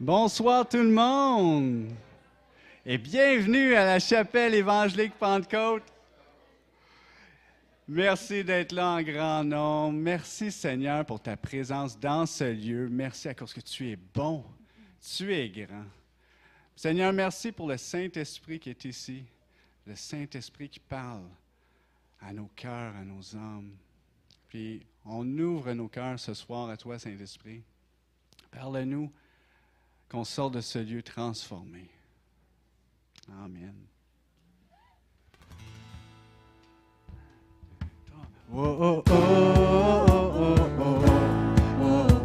Bonsoir tout le monde et bienvenue à la chapelle évangélique Pentecôte. Merci d'être là en grand nombre. Merci Seigneur pour ta présence dans ce lieu. Merci à cause que tu es bon, tu es grand. Seigneur, merci pour le Saint-Esprit qui est ici, le Saint-Esprit qui parle à nos cœurs, à nos âmes. Puis on ouvre nos cœurs ce soir à toi, Saint-Esprit. Parle-nous qu'on sorte de ce lieu transformé. Amen. Oh, oh, oh, oh, oh, oh, oh.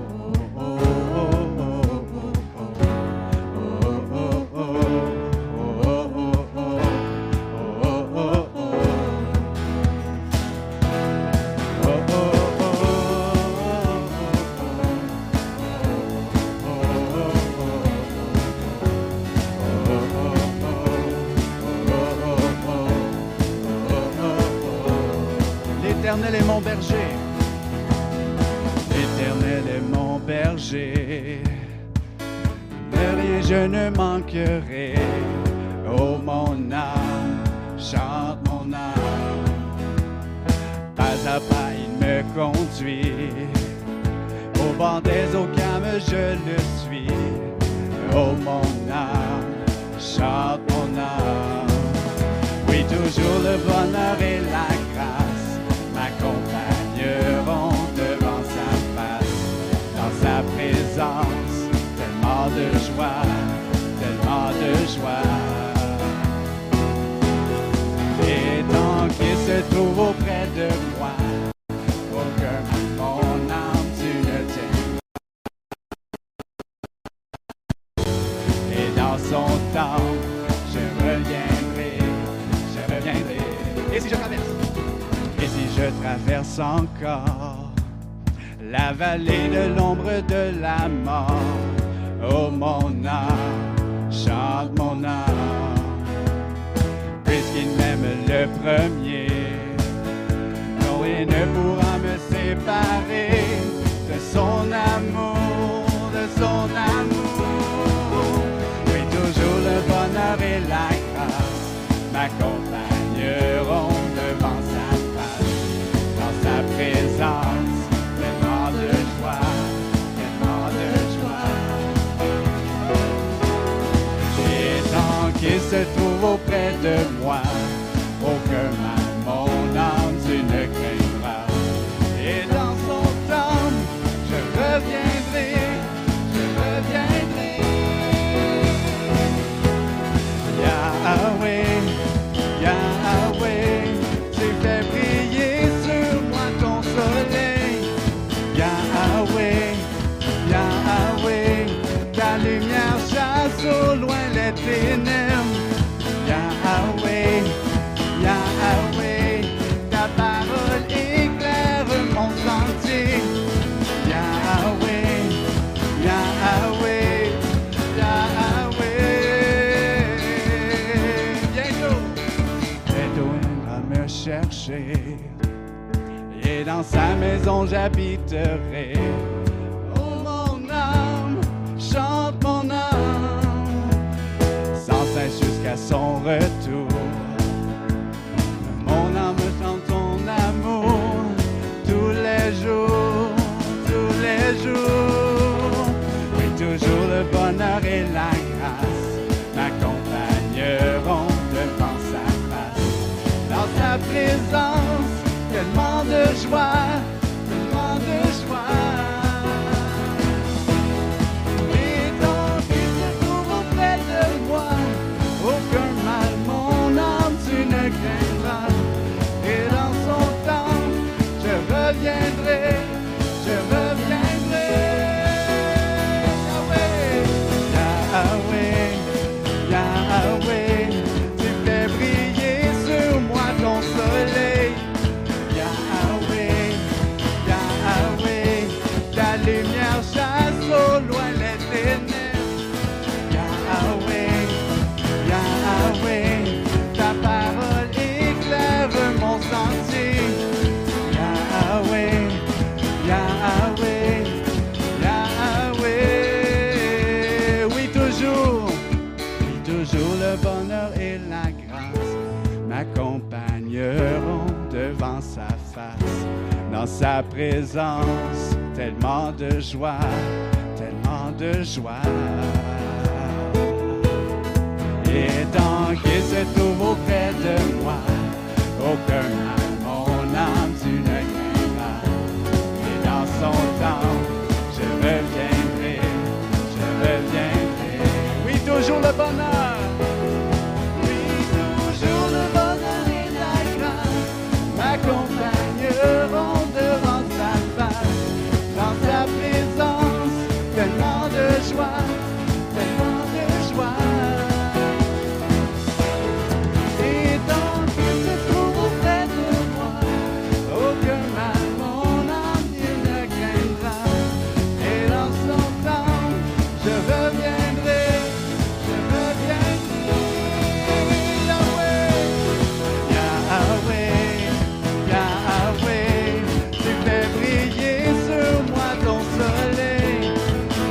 L'Éternel est mon berger. L'Éternel est mon berger. De rien je ne manquerai. Oh mon âme, chante mon âme. Pas à pas il me conduit. Au banc des eaux calmes je le suis. Oh mon âme, chante mon âme. Oui toujours le bonheur et la grâce m'accompagneront devant sa face. Dans sa présence, tellement de joie, tellement de joie. Et donc, il se trouve auprès de moi. Aucun mal, mon âme, tu ne tiens. Et dans son temps, je reviendrai, je reviendrai. Et si je traverse? Et si je traverse encore la vallée de l'ombre de la mort, oh mon âme, chante mon âme, puisqu'il m'aime le premier, non et ne pourra me séparer de son amour, de son amour. Oui, toujours le bonheur et la grâce m'accompagneront devant sa face. Dans sa présence, tellement de joie, tellement de joie. Et tant qu'il se trouve auprès de moi, aucun mal, mon âme, tu ne craindras. Et dans son temps, je reviendrai, je reviendrai. Yahweh, Yahweh, tu fais briller sur moi ton soleil. Yahweh, Yahweh, ta lumière chasse au loin les ténèbres. Yahweh, Yahweh, ta parole éclaire mon sentier. Yahweh, Yahweh, Yahweh. Bientôt, bientôt il va me chercher. Et dans sa maison j'habiterai. Oh mon âme, chante mon âme. Sans cesse jusqu'à son retour. Mon âme chante ton amour tous les jours, tous les jours. Oui, toujours le bonheur et la grâce m'accompagneront devant sa face. Dans sa présence, tellement de joie, tellement de joie. Et tant qu'il se trouve auprès de moi, aucun mal, mon âme, tu ne craindras. Et dans son temps, je reviendrai, je reviendrai. Yahweh, Yahweh, Yahweh, tu fais briller sur moi ton soleil. Yahweh, Yahweh, ta lumière chasse au loin les ténèbres. Yahweh, Yahweh, ta parole éclaire mon sentier. Yahweh, Yahweh, Yahweh, dans sa présence, tellement de joie, tellement de joie. Et tant qu'il se trouve auprès de moi, aucun mal, mon âme, tu ne craindras. Et dans son temps, je reviendrai, je reviendrai. Oui, toujours le bonheur. Oui, toujours le bonheur et la grâce m'accompagneront devant sa face. Dans sa présence, tellement de joie, tellement de joie. Et tant qu'il se trouve auprès de moi, aucun mal, mon âme, il ne craindra. Et dans son temps, je reviendrai, je reviendrai. Yahweh. Yahweh, Yahweh, tu fais briller sur moi ton soleil.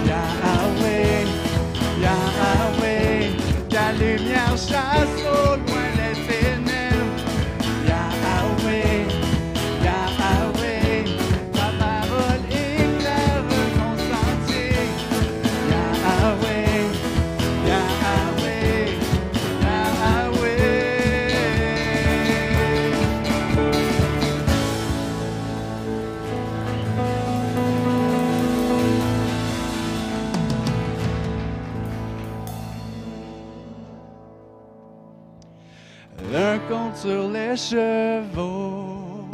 Yahweh, Yahweh, ta lumière chasse au loin les ténèbres. Yahweh, Yahweh, ta parole éclaire mon sentier. Yahweh, Yahweh, Yahweh. L'un compte sur les chevaux,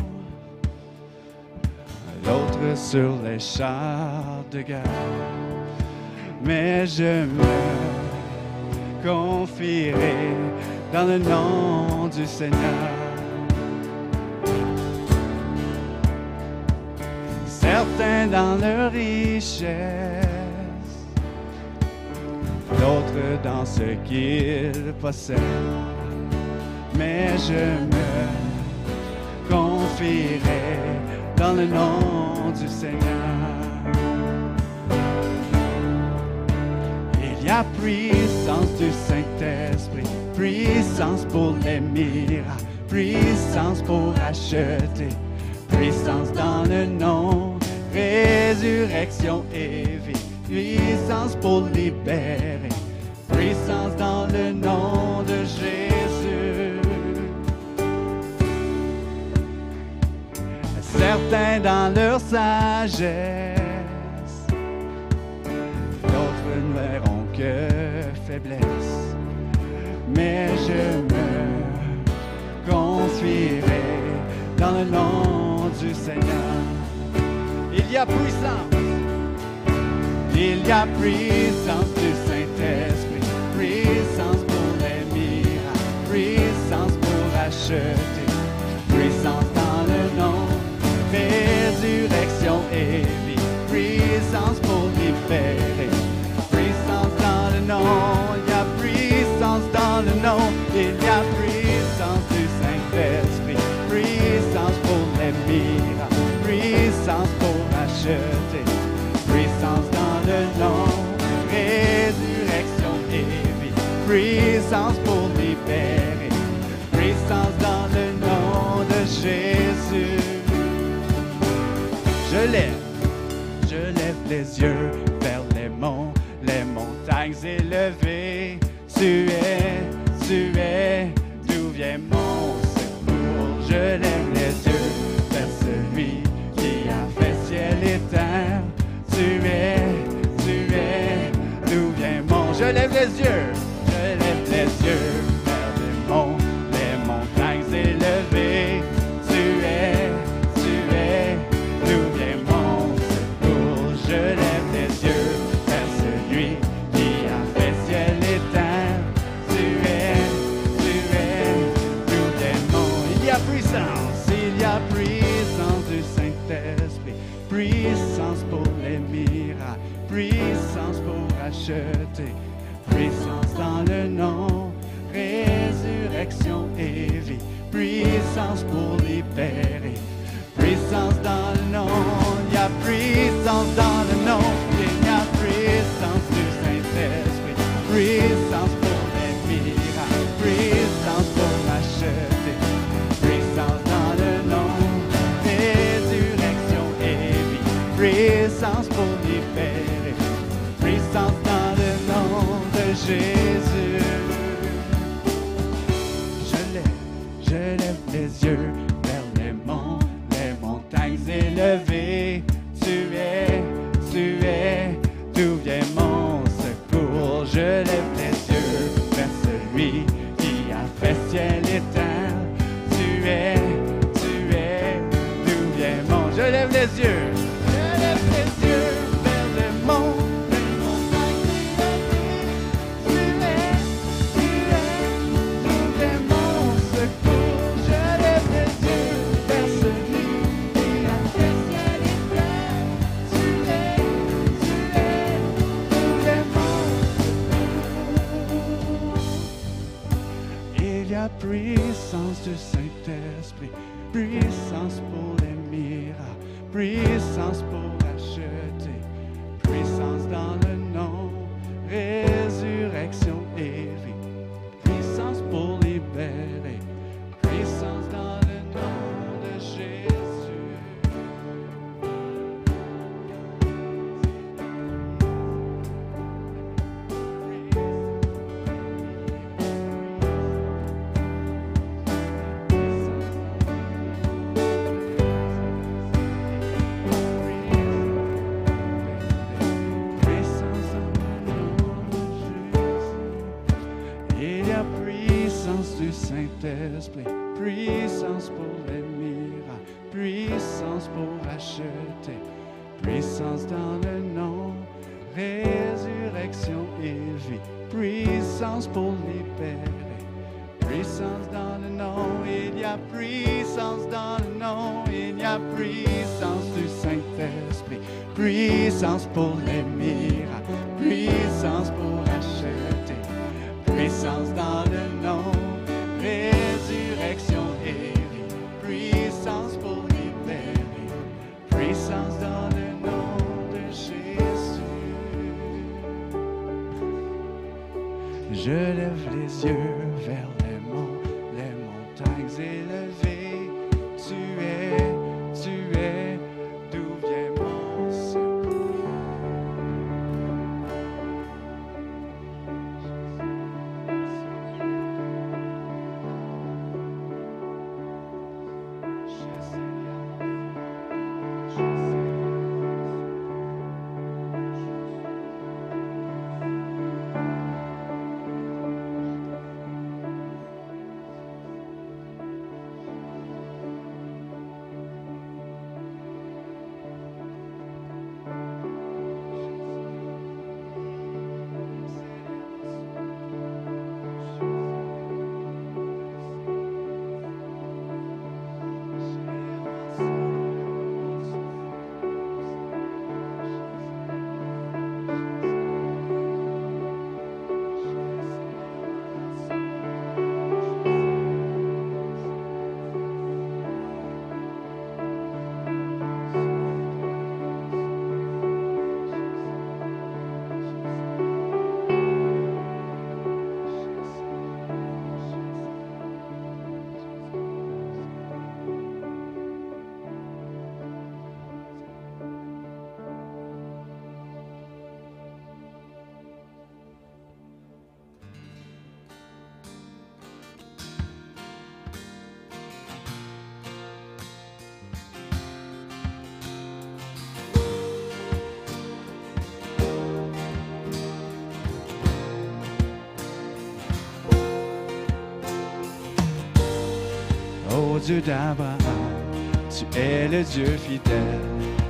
l'autre sur les chars de guerre. Mais je me confierai dans le nom du Seigneur. Certains dans leur richesse, d'autres dans ce qu'ils possèdent mais je me confierai dans le nom du Seigneur. Il y a puissance du Saint-Esprit, puissance pour les miracles, puissance pour acheter, puissance dans le nom, résurrection et vie, puissance pour libérer, puissance dans le nom de Jésus. certains dans leur sagesse, d'autres ne verront que faiblesse. Mais je me confierai dans le nom du Seigneur. Il y a puissance, il y a puissance du Saint-Esprit, puissance pour les miracles, puissance pour acheter, puissance dans le nom, résurrection et vie, puissance pour libérer, puissance dans le nom, il y a puissance dans le nom, il y a puissance du Saint-Esprit, puissance pour les miracles, puissance pour acheter, puissance dans le nom, résurrection et vie, puissance pour libérer, puissance dans le nom de Jésus. Je lève, je lève les yeux vers les monts, les montagnes élevées. Tu es, tu es, d'où vient mon secours. Je lève les yeux vers celui qui a fait ciel et terre. Tu es, tu es, d'où vient mon. Je lève les yeux, je lève les yeux vers les monts, les montagnes élevées. Tu es, tu es, D'où vient mon secours? Je lève les yeux vers celui qui a fait ciel et terre. Tu es, tu es, d'où vient mon- Il y a puissance, il y a puissance du Saint-Esprit, puissance pour les miracles, puissance pour acheter, puissance dans le nom, résurrection et vie, puissance pour libérer. Puissance dans le nom, il y a puissance dans le nom, il y a puissance du Saint-Esprit, puissance pour les miracles, puissance pour acheter, puissance dans le nom, résurrection. présence pour libérer, présence dans le nom de Jésus. Je lève, je lève les yeux vers les monts, les montagnes élevées. Tu es, tu es, d'où vient mon secours. Je lève les yeux vers celui qui a fait ciel et terre. Tu es, tu es, d'où vient mon. Je lève les yeux. Je lève les yeux vers le monde, les montagnes élevées. Tu es, tu es, d'où vient mon secours. Je lève les yeux vers celui qui a fait ciel et terre. Tu es, tu es, d'où vient mon secours. Il y a puissance du Saint-Esprit, puissance pour les miracles, puissance pour acheter, puissance dans le nom, résurrection et vie, puissance pour libérer, puissance dans le nom de Jésus. Il y a puissance du Saint-Esprit, puissance pour les miracles, puissance pour acheter, puissance dans le nom, résurrection et vie, puissance pour libérer, puissance dans le nom, il y a puissance dans le nom, il y a puissance du Saint-Esprit, puissance pour les miracles, puissance pour acheter, puissance dans le nom, résurrection et vie, puissance pour libérer, puissance dans le nom de Jésus. Je lève les yeux vers les monts, les montagnes élevées. Tu es, tu es, d'où vient mon secours. Je Seigneur, je Seigneur. Ô Dieu d'Abraham, tu es le Dieu fidèle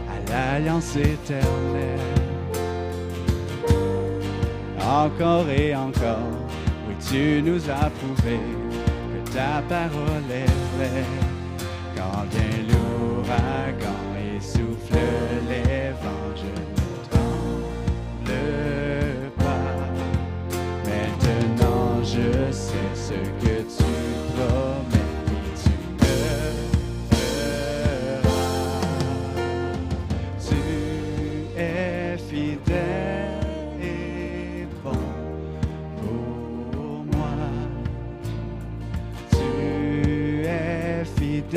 à l'alliance éternelle. Encore et encore, oui, tu nous as prouvé que ta parole est vraie. Quand vient l'ouragan et souffle les vents, je ne tremble pas. Maintenant je sais ce que tu promets et tu me feras. Tu es fidèle et bon pour moi. Tu es fidèle et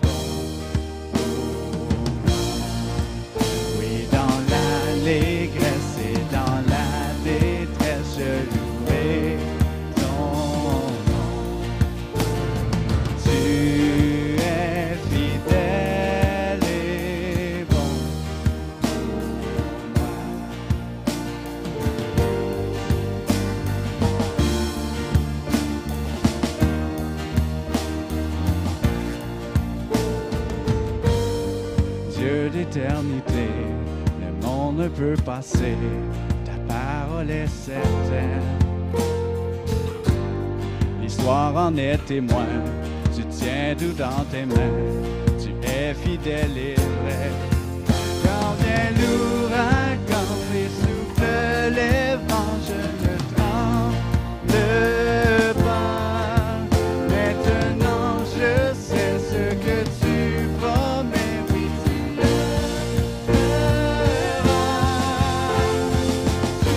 bon pour que d'éternité, le monde ne peut passer, ta parole est certaine. L'histoire en est témoin, tu tiens tout dans tes mains, tu es fidèle et vrai. Quand vient l'ouragan et souffle les vents, je ne tremble pas. Maintenant je sais ce que tu promets, oui tu le feras. Tu es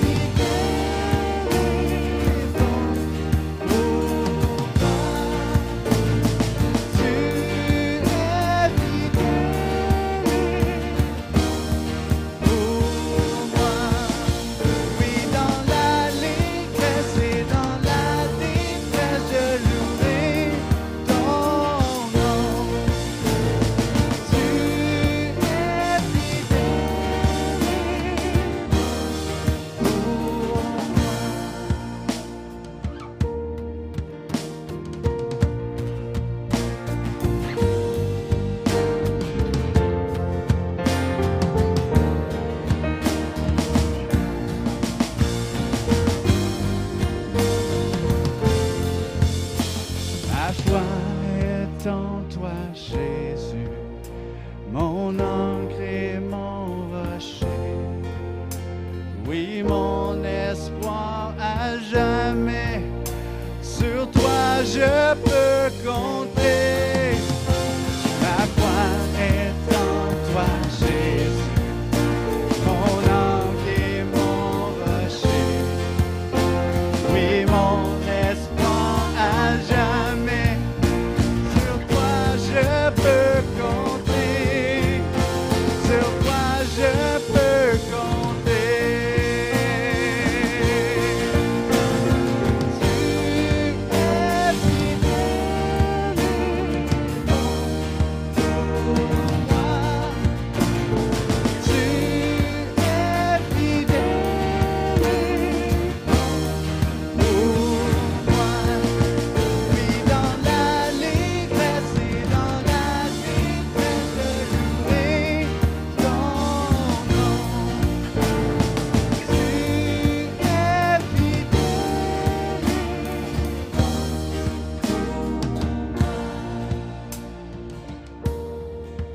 fidèle et bon pour tu es pour moi. Oui, dans l'allégresse et dans la détresse, je louerai ton nom. Tu es fidèle pour moi. Ma foi est en toi, Jésus, mon encre et mon rocher. Oui, mon espoir à jamais, sur toi je peux compter. Ma foi est en toi, Jésus, mon encre et mon rocher. Oui, mon espoir à jamais, sur toi je peux compter, sur toi je peux compter. Tu es fidèle pour moi, tu es fidèle pour moi, oui, dans l'allégresse et dans la détresse, je louerai ton nom. Tu es fidèle.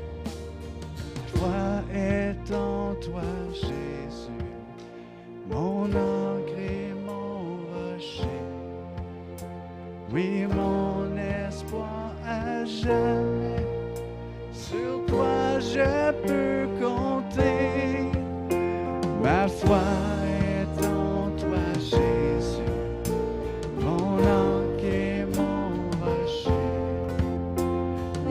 Toi est en toi, Jésus. Mon encre et mon rocher, oui, mon espoir à jamais. Sur toi je peux compter, ma foi est en toi, Jésus. Mon encre et mon rocher,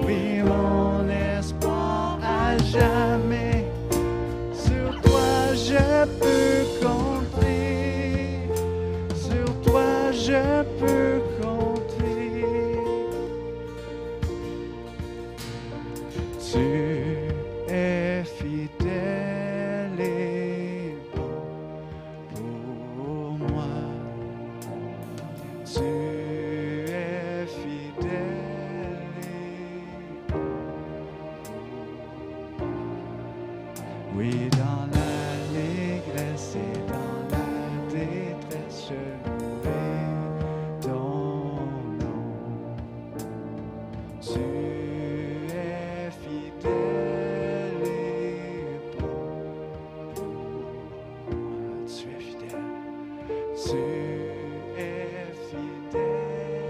oui, mon espoir à jamais. Sur toi je peux compter. Sur toi je peux compter. Tu es fidèle et bon pour moi. Tu es fidèle et Oui, dans l'allégresse et dans la détresse, je louerai ton nom. Tu es fidèle et bon pour moi. Tu es fidèle. Tu es fidèle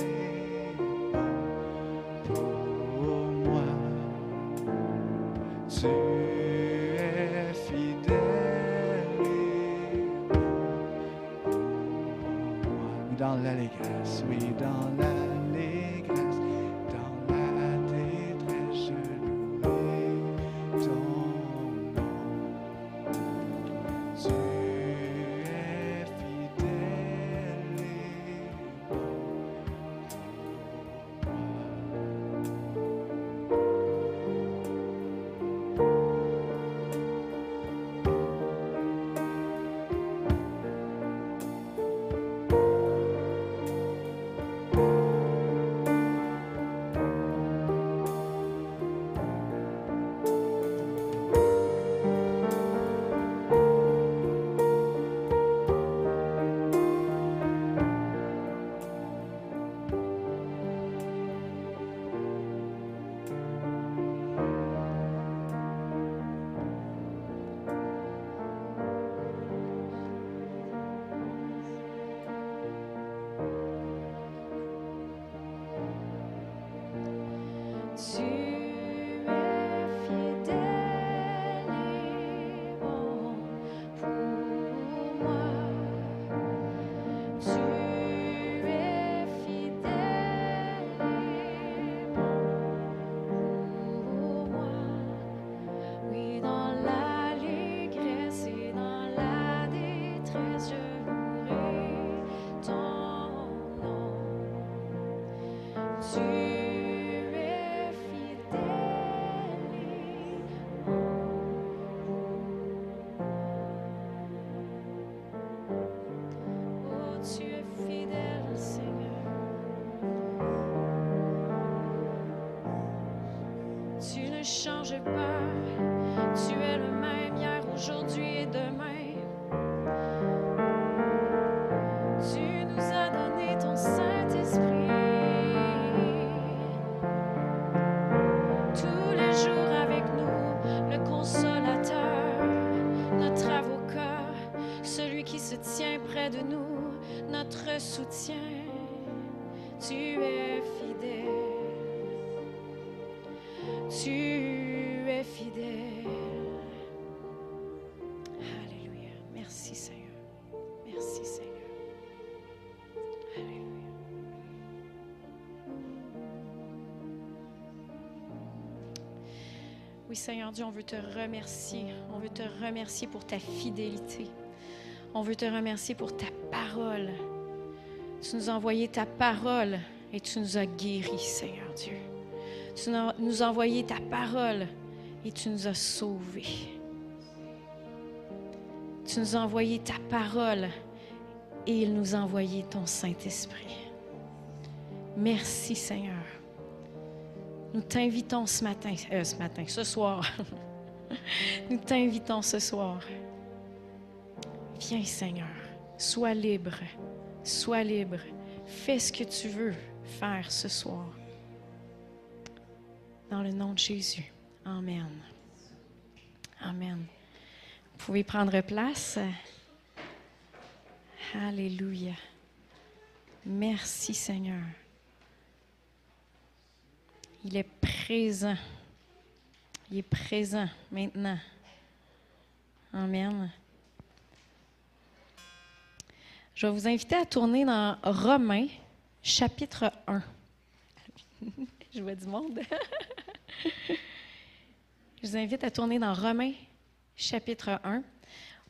et bon pour moi. Tu es fidèle et bon pour moi. Dans l'allégresse, oui, dans l'allégresse, dans la détresse, je louerai ton nom. Tu es fidèle et bon pour moi. Oh, changes pas. Tu es le même hier, aujourd'hui et demain. Tu nous as donné ton Saint-Esprit. Tous les jours avec nous, le consolateur, notre avocat, celui qui se tient près de nous, notre soutien. Tu es fidèle. Tu es fidèle. Alléluia. Merci Seigneur. Merci Seigneur. Alléluia. Oui Seigneur Dieu, on veut te remercier. On veut te remercier pour ta fidélité. On veut te remercier pour ta parole. Tu nous as envoyé ta parole et tu nous as guéris, Seigneur Dieu. Tu nous as- nous as envoyé ta parole et tu nous as sauvés. Tu nous as envoyé ta parole et il nous a envoyé ton Saint-Esprit. Merci, Seigneur. Nous t'invitons ce matin, euh, ce matin, ce soir. nous t'invitons ce soir. Viens, Seigneur, sois libre. Sois libre. Fais ce que tu veux faire ce soir. Dans le nom de Jésus. Amen. Amen. Vous pouvez prendre place. Alléluia. Merci Seigneur. Il est présent. Il est présent maintenant. Amen. Je vais vous inviter à tourner dans Romains, chapitre 1. Je vois du monde. Je vous invite à tourner dans Romains, chapitre 1.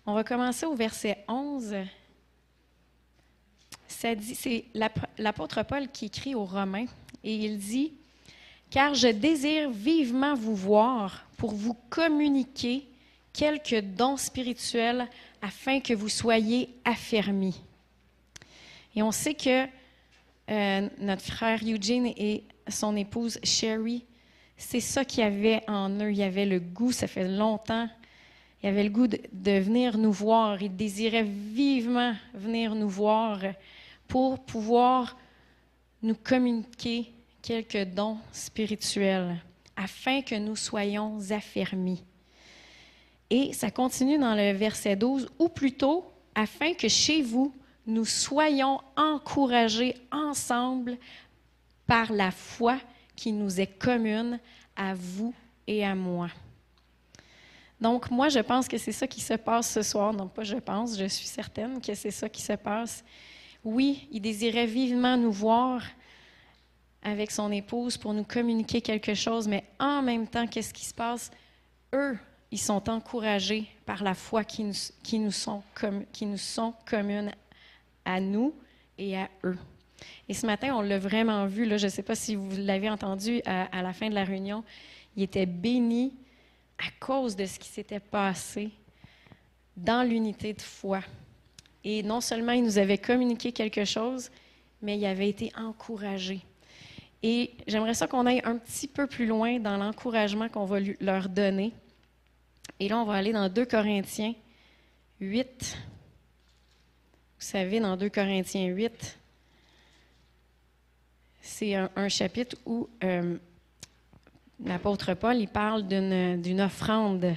On va commencer au verset 11. Ça dit, c'est l'ap- l'apôtre Paul qui écrit aux Romains et il dit Car je désire vivement vous voir pour vous communiquer quelques dons spirituels afin que vous soyez affermis. Et on sait que euh, notre frère Eugene et son épouse Sherry, c'est ça qu'il y avait en eux. Il y avait le goût, ça fait longtemps. Il y avait le goût de, de venir nous voir. Il désirait vivement venir nous voir pour pouvoir nous communiquer quelques dons spirituels afin que nous soyons affermis. Et ça continue dans le verset 12, ou plutôt, afin que chez vous, nous soyons encouragés ensemble par la foi qui nous est commune à vous et à moi. Donc, moi, je pense que c'est ça qui se passe ce soir. Non, pas je pense, je suis certaine que c'est ça qui se passe. Oui, il désirait vivement nous voir avec son épouse pour nous communiquer quelque chose, mais en même temps, qu'est-ce qui se passe? Eux, ils sont encouragés par la foi qui nous, qui nous sont, com- qui nous sont communes à nous et à eux. Et ce matin, on l'a vraiment vu, là, je ne sais pas si vous l'avez entendu à, à la fin de la réunion, il était béni à cause de ce qui s'était passé dans l'unité de foi. Et non seulement il nous avait communiqué quelque chose, mais il avait été encouragé. Et j'aimerais ça qu'on aille un petit peu plus loin dans l'encouragement qu'on va lui- leur donner. Et là, on va aller dans 2 Corinthiens 8. Vous savez, dans 2 Corinthiens 8, c'est un, un chapitre où euh, l'apôtre Paul il parle d'une d'une offrande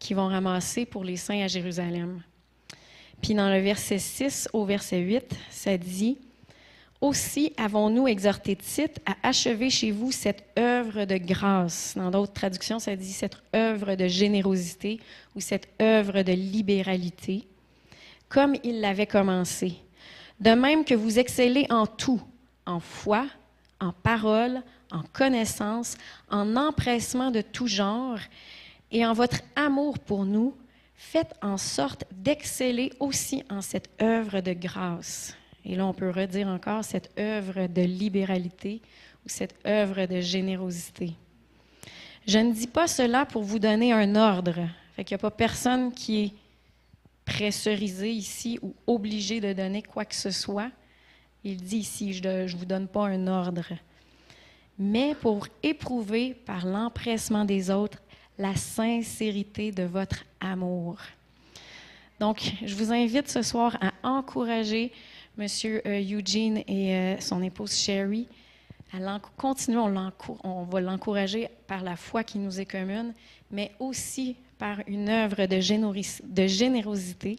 qu'ils vont ramasser pour les saints à Jérusalem. Puis dans le verset 6 au verset 8, ça dit aussi avons-nous exhorté Tite à achever chez vous cette œuvre de grâce. Dans d'autres traductions, ça dit cette œuvre de générosité ou cette œuvre de libéralité, comme il l'avait commencé. De même que vous excellez en tout, en foi, en parole, en connaissance, en empressement de tout genre, et en votre amour pour nous, faites en sorte d'exceller aussi en cette œuvre de grâce. Et là, on peut redire encore cette œuvre de libéralité ou cette œuvre de générosité. Je ne dis pas cela pour vous donner un ordre. Fait qu'il n'y a pas personne qui est pressurisé ici ou obligé de donner quoi que ce soit. Il dit ici, je ne vous donne pas un ordre. mais pour éprouver par l'empressement des autres la sincérité de votre amour. Donc, je vous invite ce soir à encourager M. Eugene et euh, son épouse Sherry à l'en- continuer, on, l'encou- on va l'encourager par la foi qui nous est commune, mais aussi par une œuvre de, génori- de générosité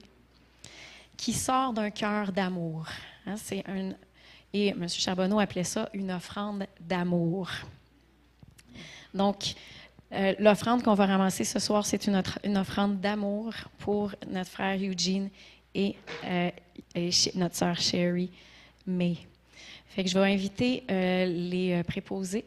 qui sort d'un cœur d'amour. Hein, c'est un- et M. Charbonneau appelait ça une offrande d'amour. Donc, euh, l'offrande qu'on va ramasser ce soir, c'est une, autre- une offrande d'amour pour notre frère Eugene et, euh, et Sh- notre sœur Sherry May. Fait que je vais inviter euh, les euh, préposés.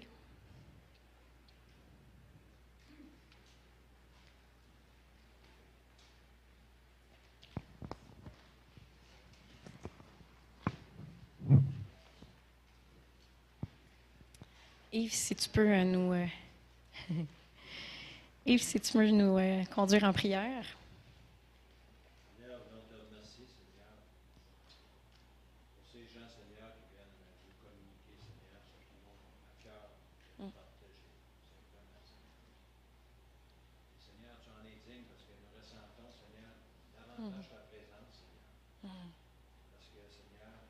Yves, si tu peux euh, nous euh, Yves, si tu peux nous euh, conduire en prière. Seigneur, on te remercie, Seigneur, pour ces gens, Seigneur, qui viennent nous communiquer, Seigneur, ce qui nous à cœur, de partager, simplement, Seigneur. Et Seigneur, tu en es digne parce que nous ressentons, Seigneur, davantage ta présence, Seigneur. Mm. Parce que, Seigneur,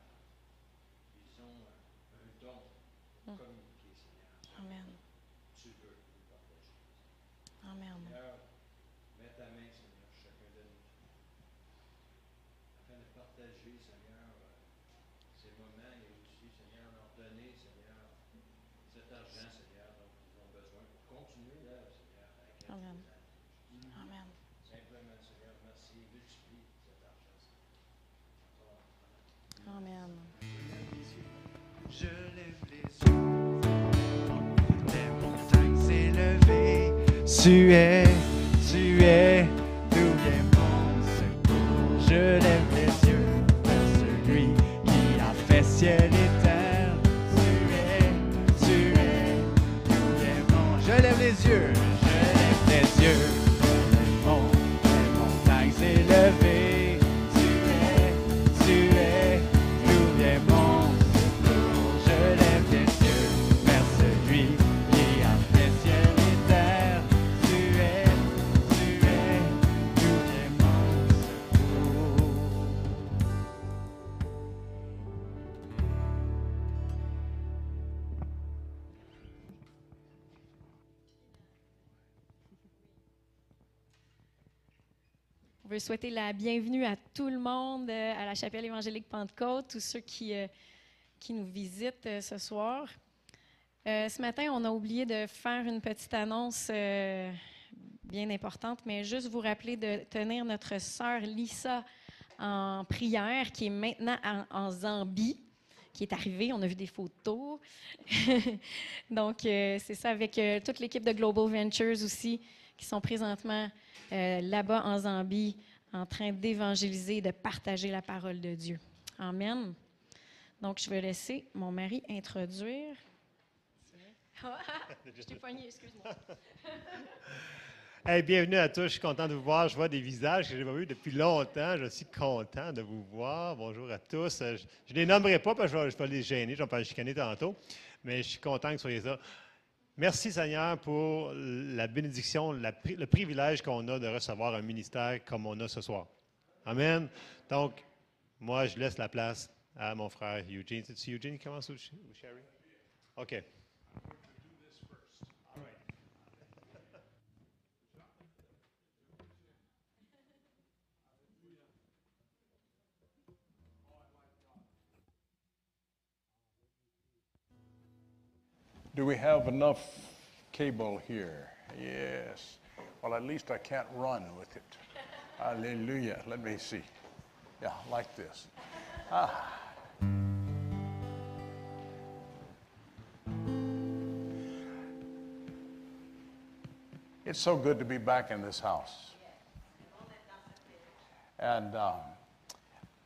ils ont un, un don de communiquer, Seigneur, ce Amen. que tu veux nous partager. Amen. Seigneur, mets ta main, Seigneur, sur chacun de nous. Afin de partager, Seigneur, euh, ces moments et aussi, Seigneur, leur donner, Seigneur, cet argent, Seigneur, dont ils ont besoin pour continuer l'œuvre, Seigneur, à laquelle tu Amen. les as appelés. Amen. Simplement, Seigneur, merci, multiplie cet argent, Seigneur. Dans ton nom. Amen. Je lève les yeux, les montagnes s'élever. Tu es, tu es, d'où vient mon secours. Je lève les yeux vers celui qui a fait ciel et terre. Tu es, tu es, d'où vient mon. Je lève les yeux, je lève les yeux. Les mon- les montagnes s'élever. Tu es, tu es, d'où vient mon secours. Je lève les yeux vers celui qui a fait ciel et terre. Tu es, tu es, tout est mon secours. On veut souhaiter la bienvenue à tout le monde euh, à la Chapelle évangélique Pentecôte, tous ceux qui, euh, qui nous visitent euh, ce soir. Euh, ce matin, on a oublié de faire une petite annonce euh, bien importante, mais juste vous rappeler de tenir notre sœur Lisa en prière, qui est maintenant en, en Zambie, qui est arrivée. On a vu des photos. Donc, euh, c'est ça avec euh, toute l'équipe de Global Ventures aussi, qui sont présentement euh, là-bas en Zambie en train d'évangéliser et de partager la parole de Dieu. Amen. Donc, je vais laisser mon mari introduire. Je t'ai poigné, excuse-moi. Hey, bienvenue à tous. Je suis content de vous voir. Je vois des visages que je n'ai pas vus depuis longtemps. Je suis content de vous voir. Bonjour à tous. Euh, Je je ne les nommerai pas parce que je vais, je vais les gêner. Je vais pas les chicaner tantôt. Mais je suis content que vous soyez là. Merci Seigneur pour la bénédiction, la pri- le privilège qu'on a de recevoir un ministère comme on a ce soir. Amen. Donc, moi, je laisse la place à mon frère Eugene. C'est Eugene qui commence ou Sh- ou Sherry? OK. Do we have enough cable here? Yes. Well, at least I can't run with it. Hallelujah. Let me see. Yeah, like this. Ah. It's so good to be back in this house. And um,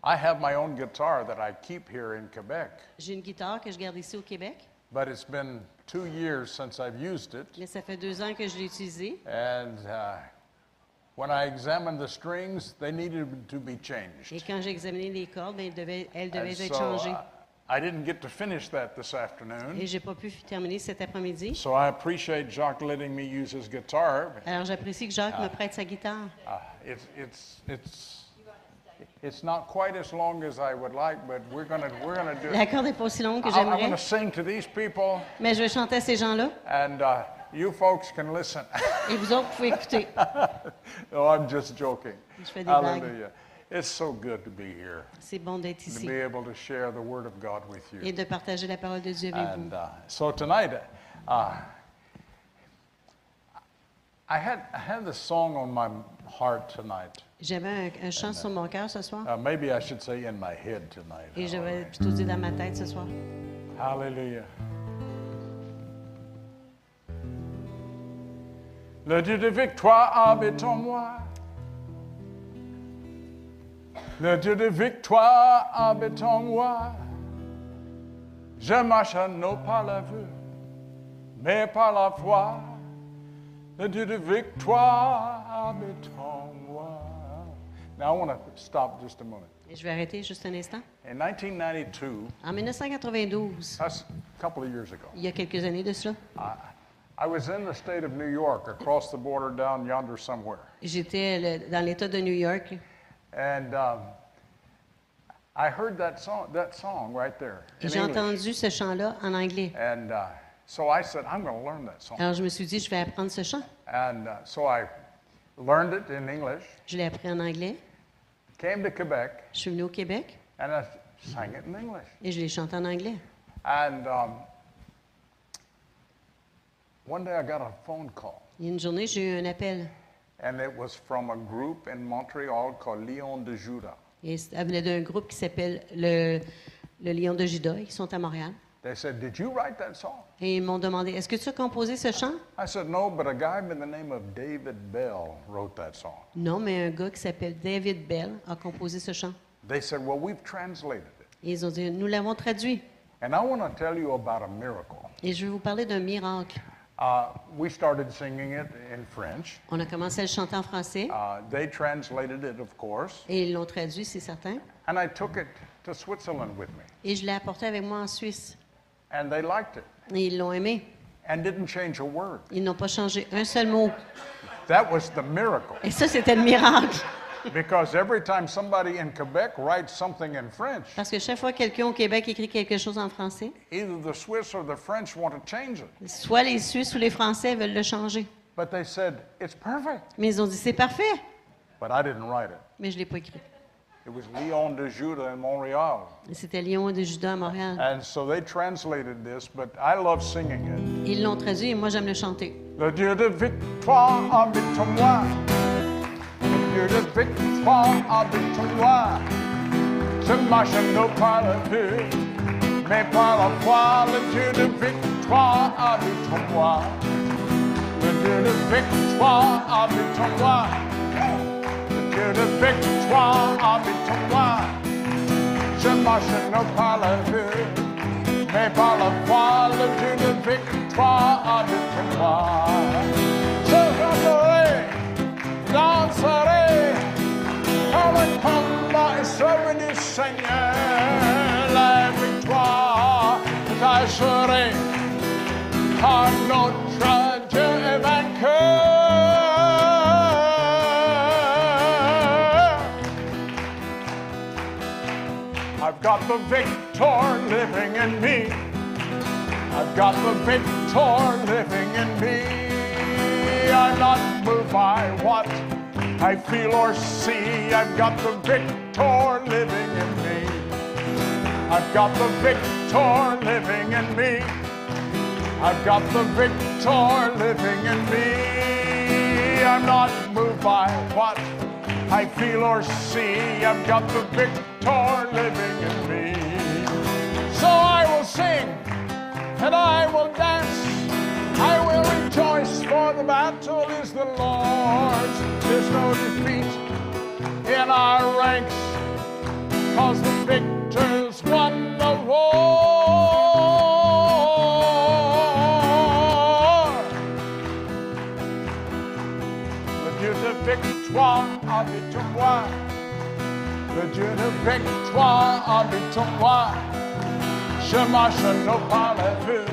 I have my own guitar that I keep here in Quebec, J'ai une guitare que je garde ici au Québec, but it's been two years since I've used it. mais ça fait deux ans que je l'ai utilisée. And uh, when I examined the strings, they needed to be Et changed. quand j'ai examiné les cordes, ben, elles devaient, elles devaient And être so, changées. uh, I didn't get to finish that this afternoon, et j'ai pas pu terminer cet après-midi. so I appreciate Jacques letting me use his guitar. Alors j'apprécie que Jacques me prête sa guitare. Uh, it's, it's, it's, it's not quite as long as I would like, but we're gonna, we're gonna do La it. corde n'est pas si longue que I- I'm j'aimerais, gonna sing to these people, mais je vais chanter à ces gens-là and uh, you folks can listen. et vous autres pouvez écouter. No, I'm just joking. Je fais des blagues. Hallelujah. It's so good to be here, C'est bon d'être to ici be able to share the Word of God with you. et de partager la parole de Dieu avec vous. And uh, so tonight, uh, I had I had this song on my heart tonight. J'avais un, un chant sur mon cœur ce soir Uh, maybe I should say in my head tonight. et j'avais plutôt dit dans ma tête ce soir. Hallelujah. Le Dieu de victoire habite en moi. Le Dieu de victoire habite en moi. Je marche non par la vue, mais par la foi. Le Dieu de victoire habite en moi. Now I want to stop just a moment. Et je vais arrêter juste un instant. In 1992, En 1992, that's a couple of years ago. il y a quelques années de cela, I was in the state of New York, across the border down yonder somewhere. j'étais le- dans l'État de New York And um, I heard that song, that song right there. et in j'ai English. entendu ce chant-là en anglais. And uh, so I said, I'm going to learn that song. Alors je me suis dit, je vais apprendre ce chant. And uh, so I learned it in English, Je l'ai appris en anglais. came to Quebec, Je suis venue au Québec and I sang it in English. et je l'ai chanté en anglais. And um, one day I got a phone call, Il y a une journée, j'ai eu un appel and it was from a group in Montreal called Leon de Juda. et ça venait d'un groupe qui s'appelle le, le Lion de Juda. Ils sont à Montréal. They said, Did you write that song? Et ils m'ont demandé, est-ce que tu as composé ce chant? I said, no, but a guy by the name of David Bell wrote that song. Non, mais un gars qui s'appelle David Bell a composé ce chant. They said, well, we've translated it. Et ils ont dit, nous l'avons traduit. And I want to tell you about a miracle. Et je vais vous parler d'un miracle. Uh, we started singing it in French. On a commencé à le chanter en français Uh, they translated it, of course. et ils l'ont traduit, c'est certain. And I took it to Switzerland with me. Et je l'ai apporté avec moi en Suisse. And they liked it Et ils l'ont aimé. and didn't change a word. Ils n'ont pas changé un seul mot. That was the miracle. Et ça, c'était le miracle. because every time somebody in Quebec writes something in French, Parce que chaque fois que quelqu'un au Québec écrit quelque chose en français, either the Swiss or the French want to change it. soit les Suisses ou les Français veulent le changer. But they said, it's perfect. Mais ils ont dit, c'est parfait. But I didn't write it. Mais je ne l'ai pas écrit. It was Leon de Juda in Montreal. Et C'était Lyon de Judas à Montréal. And so they translated this, but I love singing Ils l'ont traduit et moi, j'aime le chanter. it. Le Dieu de victoire habite en moi. Le Dieu de victoire habite en moi. Je marche non par la vue, mais par la foi. Le Dieu de victoire habite en moi. Le Dieu de victoire habite en moi. Le Dieu de victoire habite en moi. Je marche non par la vue, mais par la foi, le Dieu de victoire habite en moi. Je rentrerai, danserai, car le combat est celui du Seigneur. La victoire, j'achèverai, car notre Dieu est vainqueur. I've got the victor living in me. I've got the victor living in me. I'm not moved by what I feel or see. I've got the victor living in me. I've got the victor living in me. I've got the victor living in me. I'm not moved by what I feel or see. I've got the victor living in me. So I will sing and I will dance. I will rejoice for the battle is the Lord's. There's no defeat in our ranks cause the victors won the war. Le Dieu de victoire habite en moi. Le Dieu de victoire habite en moi. Je marche non par la vue,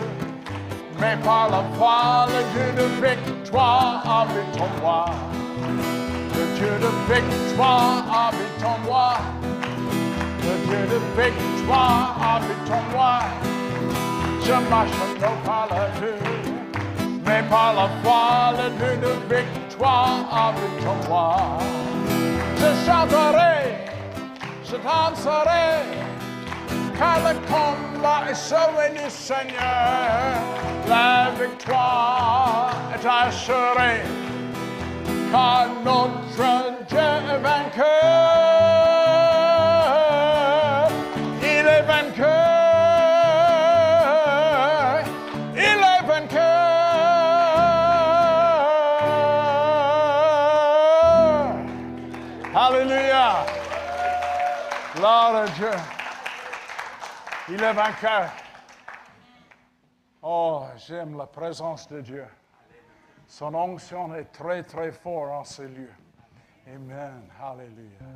mais par la parole d'une victoire habite en moi. Le Dieu de victoire habite en moi. Le Dieu de victoire habite en moi. Je marche non par la vue, mais par la parole d'une victoire habite en moi. Je chanterai, je danserai car le combat est sauvé du Seigneur. La victoire est assurée, car notre Dieu est vainqueur. Il est vainqueur. Il est vainqueur. Alléluia. Gloire à Dieu. Il est vainqueur. Oh, j'aime la présence de Dieu. Son onction est très, très forte en ce lieu. Amen. Hallelujah.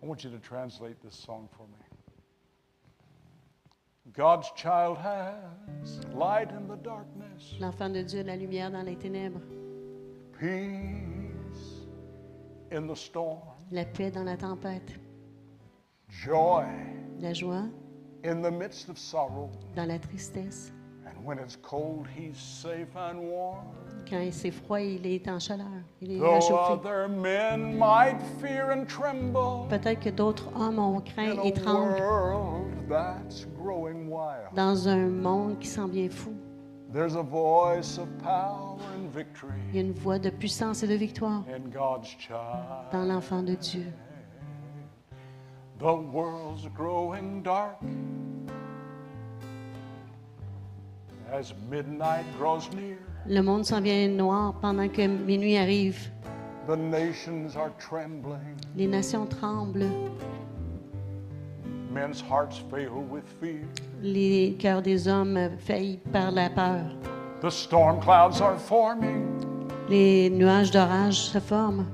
I want you to translate this song for me. God's child has light in the darkness, L'enfant de Dieu, la lumière dans les ténèbres, peace in the storm, la paix dans la tempête, joy la joie in the midst of sorrow. dans la tristesse. And when it's cold, he's safe and warm. Quand c'est froid, il est en chaleur, il est Though réchauffé. other men might fear and tremble Peut-être que d'autres hommes ont craint in et a tremblent world that's growing wild, dans un monde qui sent bien fou. there's a voice of power and victory Il y a une voix de puissance et de victoire in God's child. dans l'enfant de Dieu. The world's growing dark as midnight draws near. Le monde s'en vient noir pendant que minuit arrive. The nations are trembling, Les nations tremblent, men's hearts fail with fear. les cœurs des hommes faillent par la peur. The storm clouds are forming. Les nuages d'orage se forment.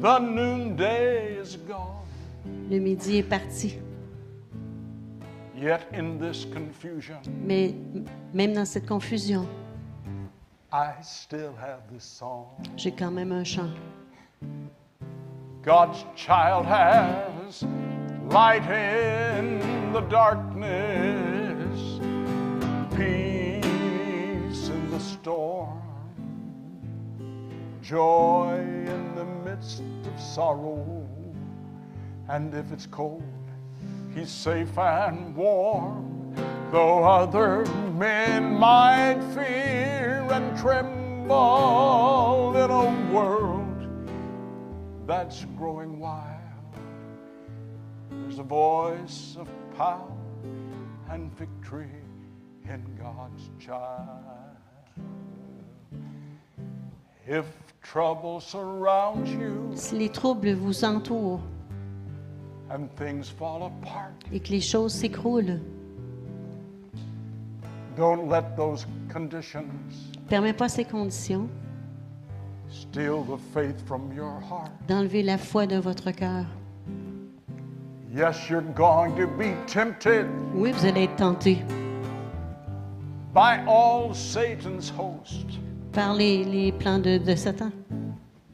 The noonday is gone, Le midi est parti. yet in this confusion, Mais m- même dans cette confusion, I still have this song. j'ai quand même un chant. God's child has light in the darkness, peace in the storm, joy in the midst of sorrow. And if it's cold, he's safe and warm, though other men might fear and tremble in a world that's growing wild. There's a voice of power and victory in God's child. If trouble surrounds you Si les troubles vous entourent and things fall apart, et que les choses s'écroulent, don't let those conditions permets pas à ces conditions steal the faith from your heart. d'enlever la foi de votre cœur. Yes, you're going to be tempted Oui, vous allez être tenté by all Satan's host. par les, les plans de, de Satan.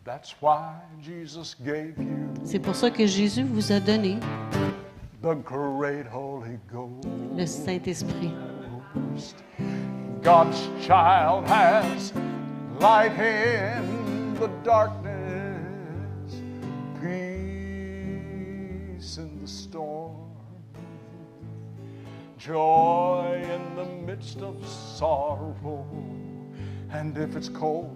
That's why Jesus gave you C'est pour ça que Jésus vous a donné the great Holy Ghost. le Saint-Esprit. God's child has light in the darkness, peace in the storm, joy in the midst of sorrow. And if it's cold,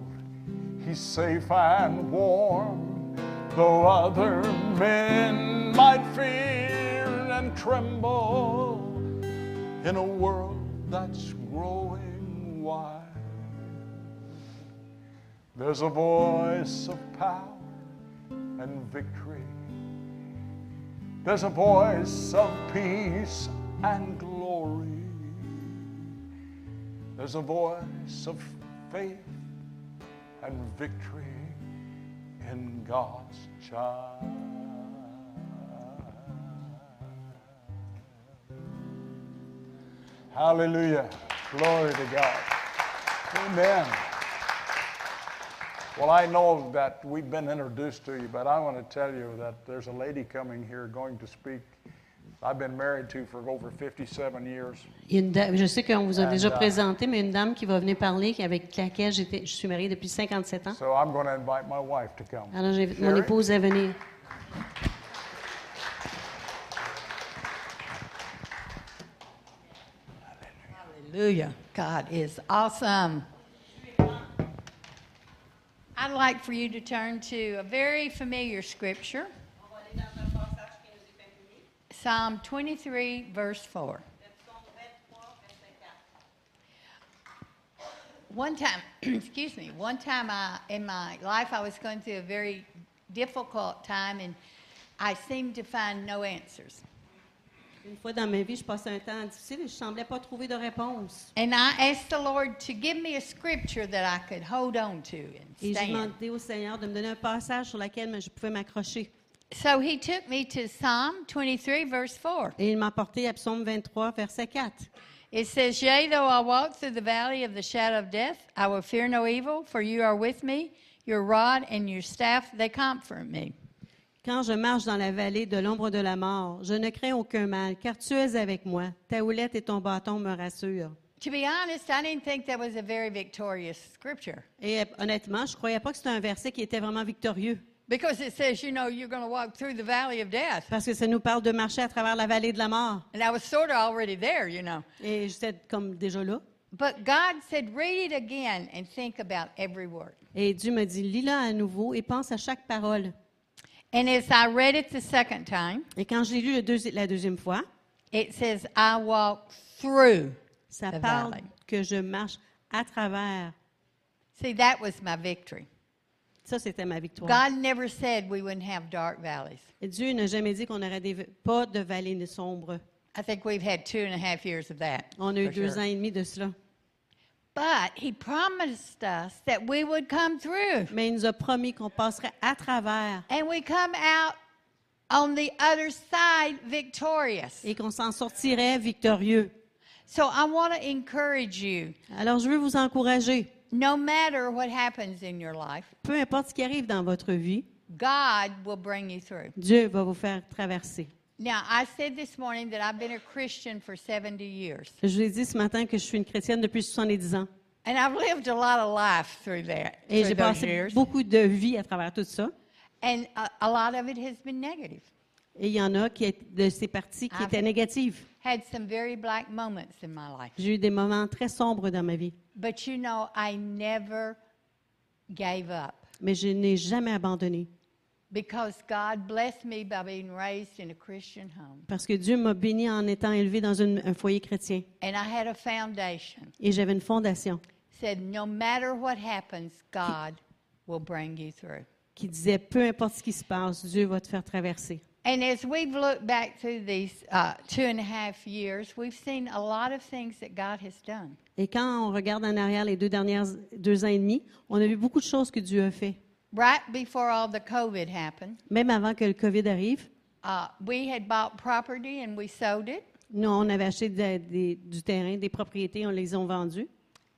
he's safe and warm, though other men might fear and tremble in a world that's growing wild. There's a voice of power and victory. There's a voice of peace and glory. There's a voice of faith and victory in God's child. Hallelujah. Glory to God. Amen. Well, I know that we've been introduced to you, but I want to tell you that there's a lady coming here going to speak. I've been married to for over 57 years. Il y a une dame- je sais qu'on vous a And, déjà uh, présenté, mais une dame qui va venir parler, avec laquelle j'étais- je suis mariée depuis 57 ans. So I'm going to invite my wife to come. Alors, j'invite mon Sherry? épouse à venir. Hallelujah. God is awesome. I'd like for you to turn to a very familiar scripture Psalm 23, verse 4. One time, excuse me, one time I, in my life, I was going through a very difficult time and I seemed to find no answers. Une fois dans ma vie, je passais un temps difficile et je semblais pas trouver de réponse. And I asked the Lord to give me a scripture that I could hold on to and Et j'ai stand. demandé au Seigneur de me donner un passage sur lequel je pouvais m'accrocher. So he took me to Psalm 23, verse 4. Et il m'a porté à Psaume 23, verset 4. It says, Yea, though I walk through the valley of the shadow of death, I will fear no evil, for you are with me. Your rod and your staff, they comfort me. Quand je marche dans la vallée de l'ombre de la mort, je ne crains aucun mal, car tu es avec moi. Ta houlette et ton bâton me rassurent. To be honest, I didn't think that was a very victorious scripture Et euh, honnêtement, je croyais pas que c'était un verset qui était vraiment victorieux, because it says, you know, you're going to walk through the valley of death. parce que ça nous parle de marcher à travers la vallée de la mort. And I was sort of already there, you know. Et j'étais comme déjà là. But God said, read it again and think about every word. Et Dieu me dit, lis-la à nouveau et pense à chaque parole. And as I read it the second time, Et quand je l'ai lu le deuxi- la deuxième fois, it says, I walk through. ça The parle valley. que je marche à travers. See, that was my victory. Ça, c'était ma victoire. God never said we wouldn't have dark valleys. Et Dieu n'a jamais dit qu'on aurait des, pas de vallée sombre. I think we've had two and a half years of that. On a eu for deux sure. ans et demi de cela. But He promised us that we would come through Mais il nous a promis qu'on passerait à travers and we come out on the other side victorious. et qu'on s'en sortirait victorieux. So I want to encourage you Alors, je veux vous encourager. no matter what happens in your life, Peu importe ce qui arrive dans votre vie, God will bring you through. Dieu va vous faire traverser. Now, I said this morning that I've been a Christian for 70 years. Je vous ai dit ce matin que je suis une chrétienne depuis 70 ans. And I've lived a lot of life through that, Et through those j'ai passé years. beaucoup de vie à travers tout ça. And a, a lot of it has been negative. Et il y en a qui est- de ces parties qui Ah. étaient négatives. Had some very black moments in my life. J'ai eu des moments très sombres dans ma vie, But you know, I never gave up mais je n'ai jamais abandonné because God blessed me by being raised in a Christian home. parce que Dieu m'a béni en étant élevé dans une- un foyer chrétien. And I had a foundation. Et j'avais une fondation Said, no matter what happens, God will bring you through. qui disait peu importe ce qui se passe, Dieu va te faire traverser. And as we've looked back through these uh, two and a half years, we've seen a lot of things that God has done. Et quand on regarde en arrière les deux dernières deux ans et demi, on a vu beaucoup de choses que Dieu a fait. Right before all the COVID happened, Même avant que le COVID arrive, Uh, we had bought property and we sold it. nous on avait acheté de- des- du terrain, des propriétés, on les a vendues.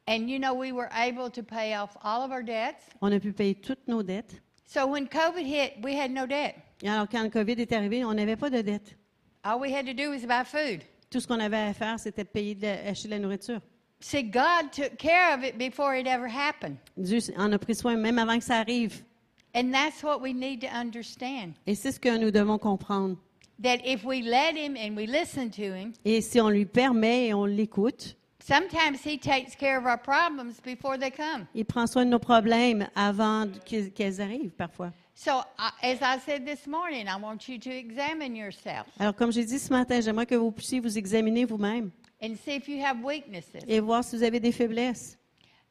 And you know, we were able to pay off all of our debts. On a pu payer toutes nos dettes. So when COVID hit, we had no debt. Et alors quand le COVID est arrivé, on n'avait pas de dettes. All we had to do was buy food. Tout ce qu'on avait à faire, c'était de payer de la- acheter de la nourriture. See, God took care of it before it ever happened. Dieu en a pris soin même avant que ça arrive. And that's what we need to understand Et c'est ce que nous devons comprendre. that if we let Him and we listen to Him, Et si on lui permet et on l'écoute, sometimes He takes care of our problems before they come. il prend soin de nos problèmes avant qu'ils- qu'elles arrivent parfois. So, I as I said this morning, I want you to examine yourself Alors, comme j'ai dit ce matin, j'aimerais que vous puissiez vous examiner vous-même and see if you have weaknesses. et voir si vous avez des faiblesses.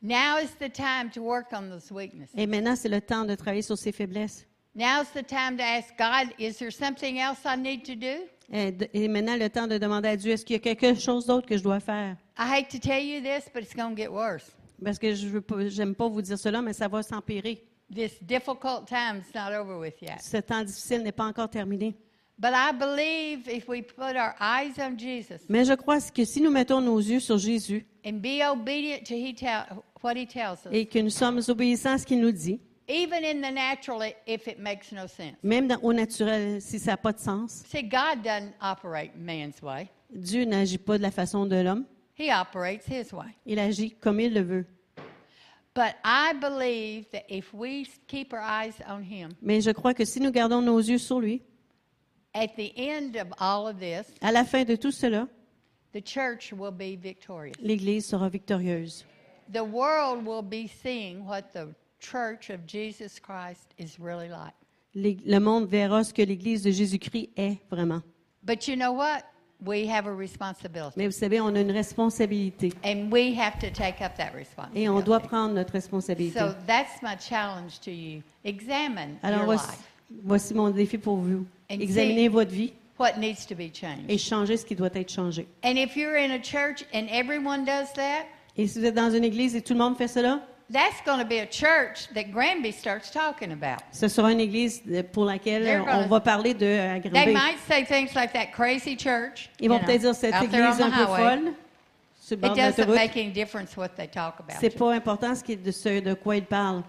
Now is the time to work on those weaknesses. Et maintenant, c'est le temps de travailler sur ces faiblesses. Now's the time to ask God, is there something else I need to do? Et, de- et maintenant, le temps de demander à Dieu, est-ce qu'il y a quelque chose d'autre que je dois faire? I hate to tell you this, but it's going to get worse. Parce que je veux pas, j'aime pas vous dire cela, mais ça va s'empirer. This difficult time's not over with yet. Ce temps difficile n'est pas encore terminé. But I believe if we put our eyes on Jesus Mais je crois que si nous mettons nos yeux sur Jésus and be obedient to he tell, what he tells us, et que nous sommes obéissants à ce qu'il nous dit, even in the natural, i- if it makes no sense. même dans- au naturel, si ça n'a pas de sens, See, God doesn't operate man's way. Dieu n'agit pas de la façon de l'homme, He operates his way. il agit comme il le veut. But I believe that if we s- keep our eyes on him, Mais je crois que si nous gardons nos yeux sur lui, at the end of all of this, à la fin de tout cela, the church will be victorious. l'Église sera victorieuse. The world will be seeing what the church of Jesus Christ is really like. L'Ég- Le monde verra ce que l'Église de Jésus-Christ est vraiment. But you know what? We have a responsibility. Mais vous savez, on a une responsabilité And we have to take up that et on doit responsibility. prendre notre responsabilité. So that's my challenge to you. Examine Alors your voici, life voici mon défi pour vous. And Examinez see- votre vie what needs to be et changed. changez ce qui doit être changé. And if you're in a church and everyone does that, Et si vous êtes dans une église et tout le monde fait cela, that's going to be a church that Granby starts talking about. ce sera une église de- pour laquelle They're on gonna- va parler de euh, They Granby. might say things like that crazy church. Ils you vont know, peut-être dire cette out there on église the un peu highway. folle sur le bord It de doesn't l'autoroute. make any difference what they talk about. C'est pas important ce qui est de ce de quoi ils parlent.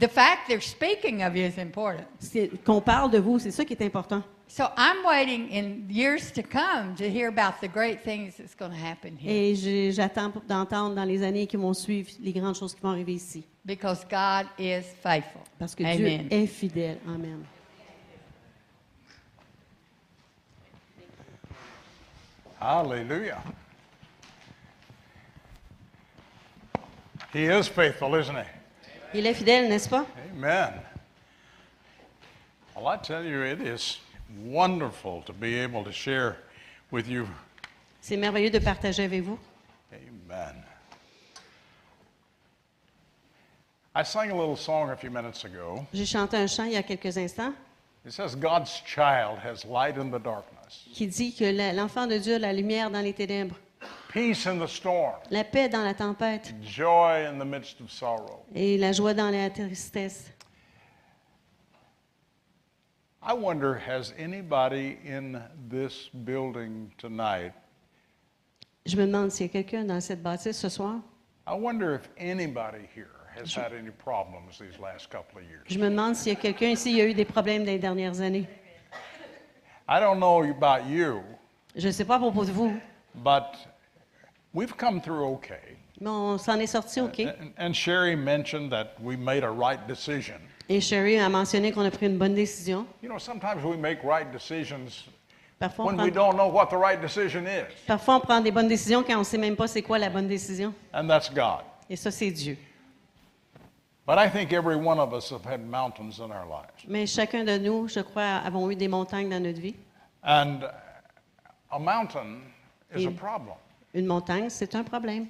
The fact they're speaking of you is important. C'est- Qu'on parle de vous, c'est ça qui est important. So I'm waiting in years to come to hear about the great things that's going to happen here Et j'ai- j'attends pour- d'entendre dans les années qui vont suivre les grandes choses qui vont arriver ici. because God is faithful. Parce que Amen. Dieu est fidèle. Amen. Hallelujah. He is faithful, isn't he? Il est fidèle, n'est-ce pas? Amen. Well, I tell you, it is wonderful to be able to share with you. C'est merveilleux de partager avec vous. Amen. I sang a little song a few minutes ago. J'ai chanté un chant il y a quelques instants It says, God's child has light in the darkness, qui dit que la- l'enfant de Dieu a la lumière dans les ténèbres, peace in the storm, la paix dans la tempête joy in the midst of sorrow. et la joie dans la tristesse. I wonder, has anybody in this building tonight, Je me demande s'il y a quelqu'un dans cette bâtisse ce soir. I wonder if anybody here has had any problems these last couple of years? Je me demande s'il y a quelqu'un ici qui a eu des problèmes dans les dernières années. I don't know about you, Je ne sais pas à propos de vous, but we've come through okay. mais on s'en est sorti, OK? And, and Sherry mentioned that we made a right decision. Et Sherry a mentionné qu'on a pris une bonne décision. You know, sometimes we make right decisions Parfois on, when we prend, don't know what the right decision is, parfois, on prend des bonnes décisions quand on ne sait même pas c'est quoi la bonne décision. and that's God. Et ça, c'est Dieu. But I think every one of us have had mountains in our lives. Mais chacun de nous, je crois, avons eu des montagnes dans notre vie. And uh, a mountain is a Mm. problem. Une montagne, c'est un problème.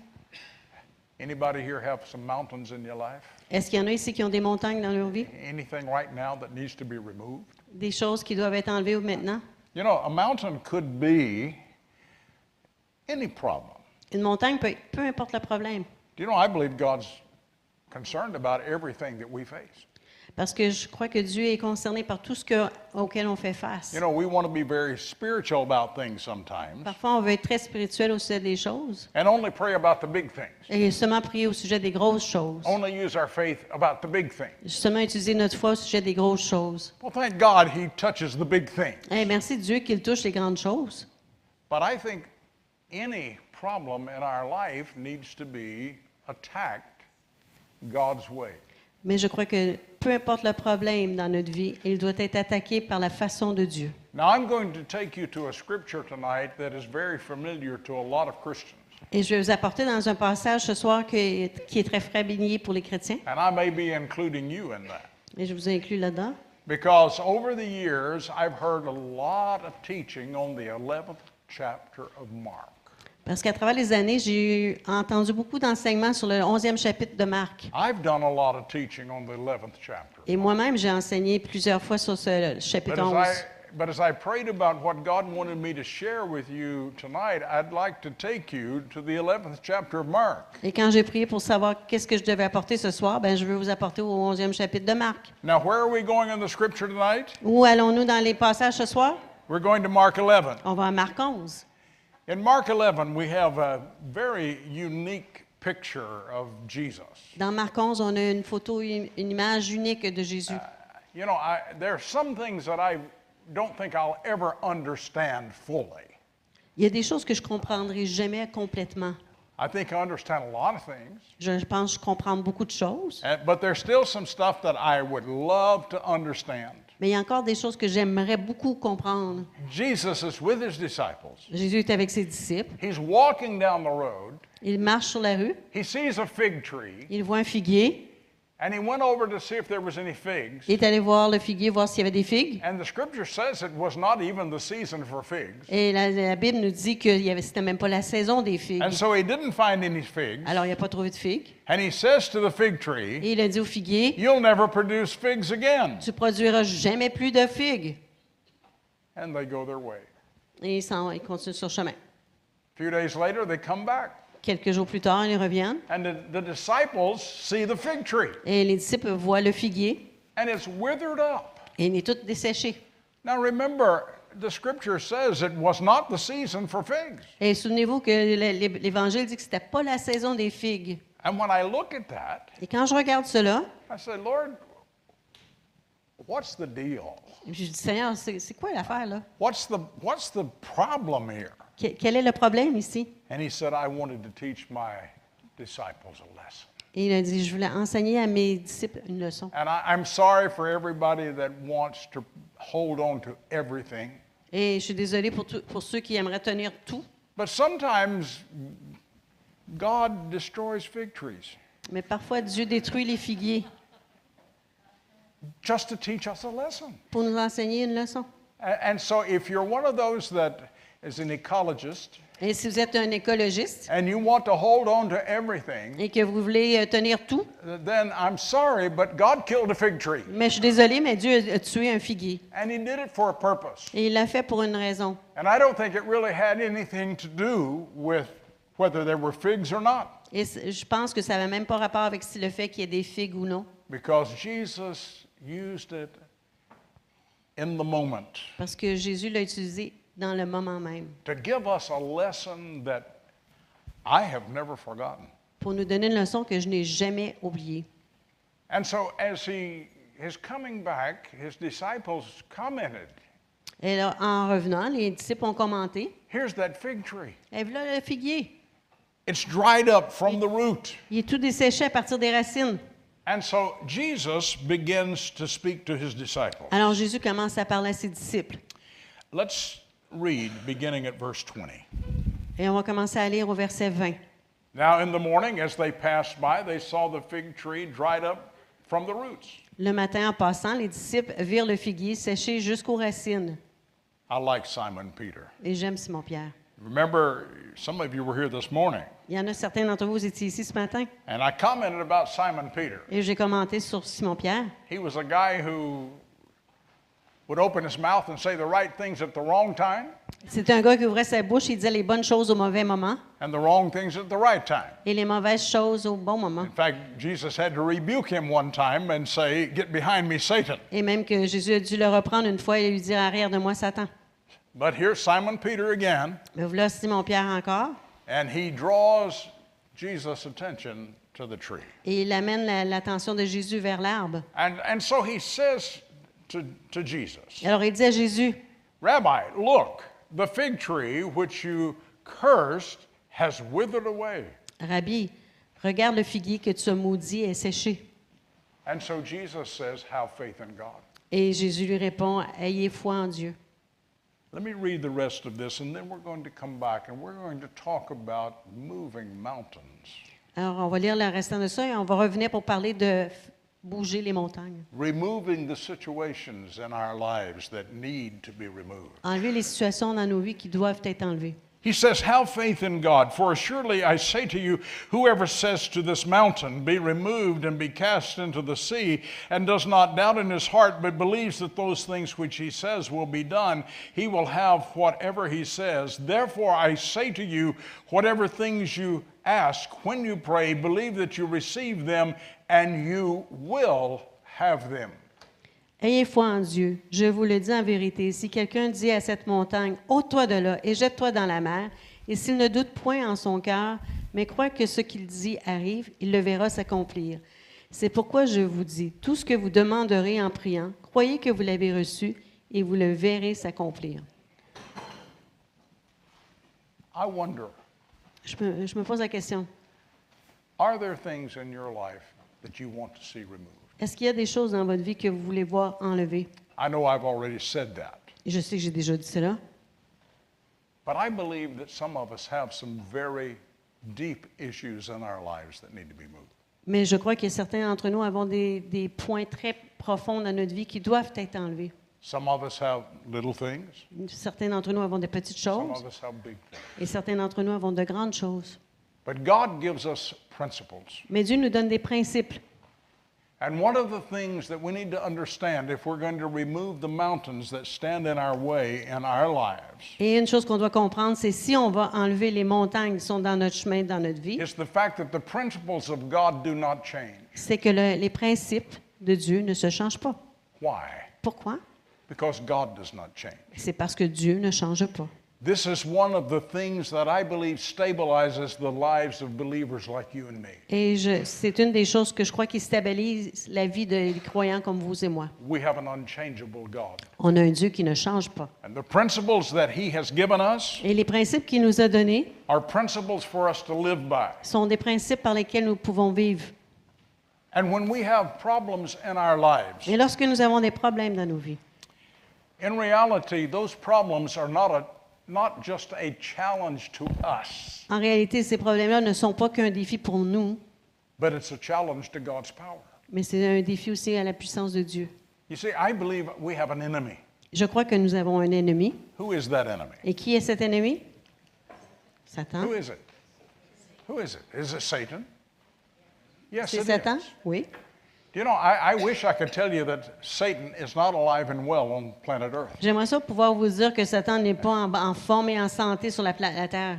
Anybody here have some mountains in your life? Est-ce qu'il y en a ici qui ont des montagnes dans leur vie? Anything right now that needs to be removed? Des choses qui doivent être enlevées maintenant? You know, a mountain could be any problem. Une montagne peut être peu importe le problème. Do You know, I believe God's concerned about everything that we face. Parce que je crois que Dieu est concerné par tout ce que, auquel on fait face. You know, we want to be very spiritual about things sometimes Parfois, on veut être très spirituel au sujet des choses and only pray about the big things, et seulement prier au sujet des grosses choses. only use our faith about the big things. Seulement utiliser notre foi au sujet des grosses choses. Well, thank God He touches the big thing. Eh, merci Dieu qu'il touche les grandes choses. But I think any problem in our life needs to be attacked God's way. Mais je crois que peu importe le problème dans notre vie, il doit être attaqué par la façon de Dieu. Now, I'm going to take you to a scripture tonight that is very familiar to a lot of Christians. Et je vais vous apporter dans un passage ce soir que- qui est très familier pour les chrétiens. And I may be including you in that. Et je vous inclus là-dedans. Because over the years, I've heard a lot of teaching on the 11th chapter of Mark. Parce qu'à travers les années, j'ai eu- entendu beaucoup d'enseignements sur le 11e chapitre de Marc. I've done a lot of teaching on the 11th chapter. Et moi-même, j'ai enseigné plusieurs fois sur ce But chapitre as, 11. I, but as I prayed about what God wanted me to share with you tonight, I'd like to take you to the 11th chapter of Mark. Et quand j'ai prié pour savoir qu'est-ce que je devais apporter ce soir, ben, je veux vous apporter au 11e chapitre de Marc. Now, where are we going in the scripture tonight? Où allons-nous dans les passages ce soir? We're going to Mark 11. On va à Marc 11. In Mark 11, we have a very unique picture of Jesus. Dans Marc 11, on a une photo, une une image unique de Jésus. You know, I, there are some things that I don't think I'll ever understand fully. Il y a des choses que je comprendrai jamais complètement. I think I understand a lot of things, Je pense comprendre beaucoup de choses, uh, but there's still some stuff that I would love to understand. mais il y a encore des choses que j'aimerais beaucoup comprendre. Jesus is with his disciples. Jésus est avec ses disciples. He's walking down the road. Il marche sur la rue. He sees a fig tree, Il voit un figuier. and he went over to see if there was any figs. Il est allé voir le figuier, voir s'il y avait des figues. And the scripture says it was not even the season for figs. Et la, la Bible nous dit que ce n'était même pas la saison des figues. And so he didn't find any figs. Alors, il n'a pas trouvé de figues. And he says to the fig tree, Et il a dit au figuier, You'll never produce figs again. tu produiras jamais plus de figues. And they go their way. Et ils, s'en- ils continuent sur le chemin. A few days later, they come back. Quelques jours plus tard, ils reviennent. And the, the disciples see the fig tree. Et les disciples voient le figuier. And it's withered up. Et il est tout desséché. Now remember, the scripture says it was not the season for figs. Et souvenez-vous que l'é- l'é- l'Évangile dit que c'était pas la saison des figues. And when I look at that, Et quand je regarde cela, I say, Lord, what's the deal? je dis, Seigneur, c'est c'est quoi l'affaire là? What's the, what's the problem here? Que- Quel est le problème ici? And he said, I wanted to teach my disciples a lesson. Et il a dit, je voulais enseigner à mes disciples une leçon. And I, I'm sorry for everybody that wants to hold on to everything. Et je suis désolée pour, tout- pour ceux qui aimeraient tenir tout, But sometimes God destroys fig trees mais parfois Dieu détruit les figuiers just to teach us a lesson. pour nous enseigner une leçon. A- And so if you're one of those that is an ecologist Et si vous êtes un écologiste and you want to hold on to everything, et que vous voulez euh, tenir tout, then I'm sorry, but God killed a fig tree. mais je suis désolée, mais Dieu a tué un figuier. And he did it for a purpose. Et il l'a fait pour une raison. And I don't think it really had anything to do with whether there were figs or not, Et c- je pense que ça n'avait même pas rapport avec si le fait qu'il y ait des figues ou non. because Jesus used it in the moment Parce que Jésus l'a utilisé dans le moment même to give us a lesson that I have never forgotten. pour nous donner une leçon que je n'ai jamais oubliée. And so as he is coming back, his disciples commented, Et là, en revenant, les disciples ont commenté Here's that fig tree. Et voilà le figuier, It's dried up from the root. il est tout desséché à partir des racines. And so Jesus begins to speak to his disciples. Alors Jésus commence à parler à ses disciples. Let's read beginning at verse 20. Et on va commencer à lire au verset 20. Now in the morning, as they passed by, they saw the fig tree dried up from the roots. Le matin, en passant, les disciples virent le figuier séché jusqu'aux racines. I like Simon Peter. Et j'aime Simon-Pierre. Remember, some of you were here this morning, Il y en a certains d'entre vous, vous étiez ici ce matin, and I commented about Simon Peter. et j'ai commenté sur Simon-Pierre. He was a guy who would open his mouth and say the right things at the wrong time C'était un gars qui ouvrait sa bouche, il disait les bonnes choses au mauvais moment and the wrong things at the right time. et les mauvaises choses au bon moment. In fact, Jesus had to rebuke him one time and say, Get behind me, Satan. Et même que Jésus a dû le reprendre une fois et lui dire Arrière de moi, Satan. But here's Simon Peter again, Mais voilà Simon-Pierre encore, and he draws Jesus' attention to the tree. et il amène la- l'attention de Jésus vers l'arbre. And, and so he says to, to Jesus, Alors il dit à Jésus Rabbi, look, the fig tree which you cursed has withered away. Rabbi, regarde le figuier que tu as maudit est séché. And so Jesus says, Have faith in God. Et Jésus lui répond Ayez foi en Dieu. Let me read the rest of this, and then we're going to come back and we're going to talk about moving mountains. Alors on va lire le restant de ça et on va revenir pour parler de f- bouger les montagnes. removing the situations in our lives that need to be removed. Enlever les situations dans nos vies qui doivent être enlevées. He says, Have faith in God, for assuredly I say to you, whoever says to this mountain, Be removed and be cast into the sea, and does not doubt in his heart, but believes that those things which he says will be done, he will have whatever he says. Therefore I say to you, whatever things you ask when you pray, believe that you receive them, and you will have them. Ayez foi en Dieu. Je vous le dis en vérité, si quelqu'un dit à cette montagne, ôte-toi de là et jette-toi dans la mer, et s'il ne doute point en son cœur, mais croit que ce qu'il dit arrive, il le verra s'accomplir. C'est pourquoi je vous dis, tout ce que vous demanderez en priant, croyez que vous l'avez reçu et vous le verrez s'accomplir. I wonder, Je me, je me pose la question, are there things in your life that you want to see removed? est-ce qu'il y a des choses dans votre vie que vous voulez voir enlevées? I know I've already said that, Et Je sais que j'ai déjà dit cela, but I believe that some of us have some very deep issues in our lives that need to be moved. mais je crois que certains d'entre nous avons des, des points très profonds dans notre vie qui doivent être enlevés. Some of us have little things, Certains d'entre nous avons des petites some choses of us have big things. et certains d'entre nous avons de grandes choses. But God gives us principles. Mais Dieu nous donne des principes. And one of the things that we need to understand if we're going to remove the mountains that stand in our way in our lives Et une chose qu'on doit comprendre, c'est si on va enlever les montagnes qui sont dans notre chemin, dans notre vie, is the fact that the principles of God do not change. c'est que le- les principes de Dieu ne se changent pas. Why? Pourquoi? Because God does not change. C'est parce que Dieu ne change pas. This is one of the things that I believe stabilizes the lives of believers like you and me. Et je- c'est une des choses que je crois qui stabilise la vie des croyants comme vous et moi. We have an unchangeable God. On a un Dieu qui ne change pas. And the principles that He has given us Et les principes qu'il nous a donnés are principles for us to live by. sont des principes par lesquels nous pouvons vivre. And when we have problems in our lives, Et lorsque nous avons des problèmes dans nos vies, in reality, those problems are not, a, not just a challenge to us, en réalité, ces problèmes-là ne sont pas qu'un défi pour nous, but it's a challenge to God's power. mais c'est un défi aussi à la puissance de Dieu. You see, I believe we have an enemy. Je crois que nous avons un ennemi. Who is that enemy? Et qui est cet ennemi? Satan. Who is it? Who is it? Is it Satan? Yes, C'est it Satan? is. Oui. You know, I, I wish I could tell you that Satan is not alive and well on planet Earth, J'aimerais ça pouvoir vous dire que Satan n'est pas en, en forme et en santé sur la, pla- la Terre,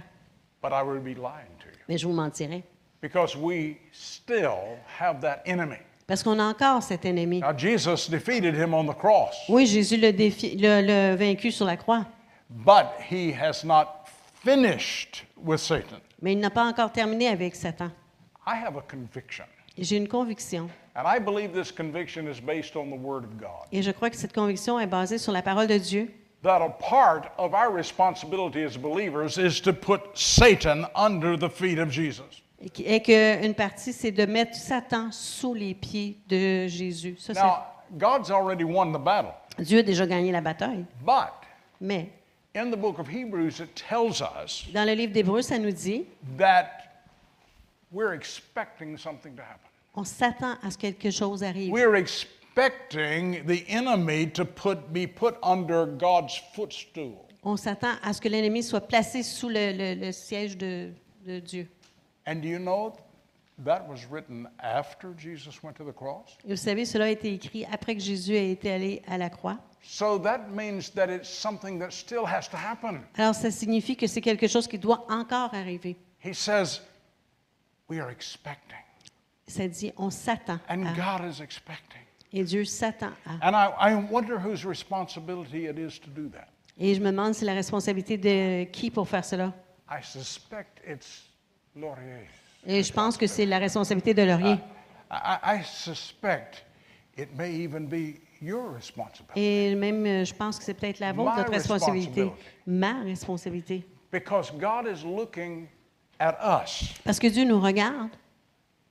but I would be lying to you mais je vous mentirais. because we still have that enemy. Parce qu'on a encore cet ennemi. Now, Jesus defeated him on the cross, Oui, Jésus le, défi, le, le vaincu sur la croix, but he has not finished with Satan. mais il n'a pas encore terminé avec Satan. I have a conviction, Et J'ai une conviction, and I believe this conviction is based on the Word of God, et je crois que cette conviction est basée sur la parole de Dieu, that a part of our responsibility as believers is to put Satan under the feet of Jesus. et qui- et qu'une partie, c'est de mettre Satan sous les pieds de Jésus. Ça, c'est- Now, God's already won the battle, Dieu a déjà gagné la bataille, but mais in the book of Hebrews, it tells us dans le livre d'Hébreux, ça nous dit that we're expecting something to happen. On s'attend à ce que quelque chose arrive. We're expecting the enemy to put, be put under God's footstool. On s'attend à ce que l'ennemi soit placé sous le, le- le siège de, de Dieu. And do you know that was written after Jesus went to the cross? Et vous savez, cela a été écrit après que Jésus a été allé à la croix. So that means that it's something that still has to happen. Alors, ça signifie que c'est quelque chose qui doit encore arriver. He says, We are expecting, Ça dit, on s'attend. and à- God is expecting. Et Dieu s'attend à. And I, I wonder whose responsibility it is to do that. Et je me demande, c'est la responsabilité de qui pour faire cela? I suspect it's Laurier's. Et je pense que c'est la responsabilité de Laurier. Ah. I, I suspect it may even be your responsibility Et même, euh, je pense que c'est peut-être la vôtre, My notre responsabilité. responsibility. Ma responsabilité. because God is looking at us Parce que Dieu nous regarde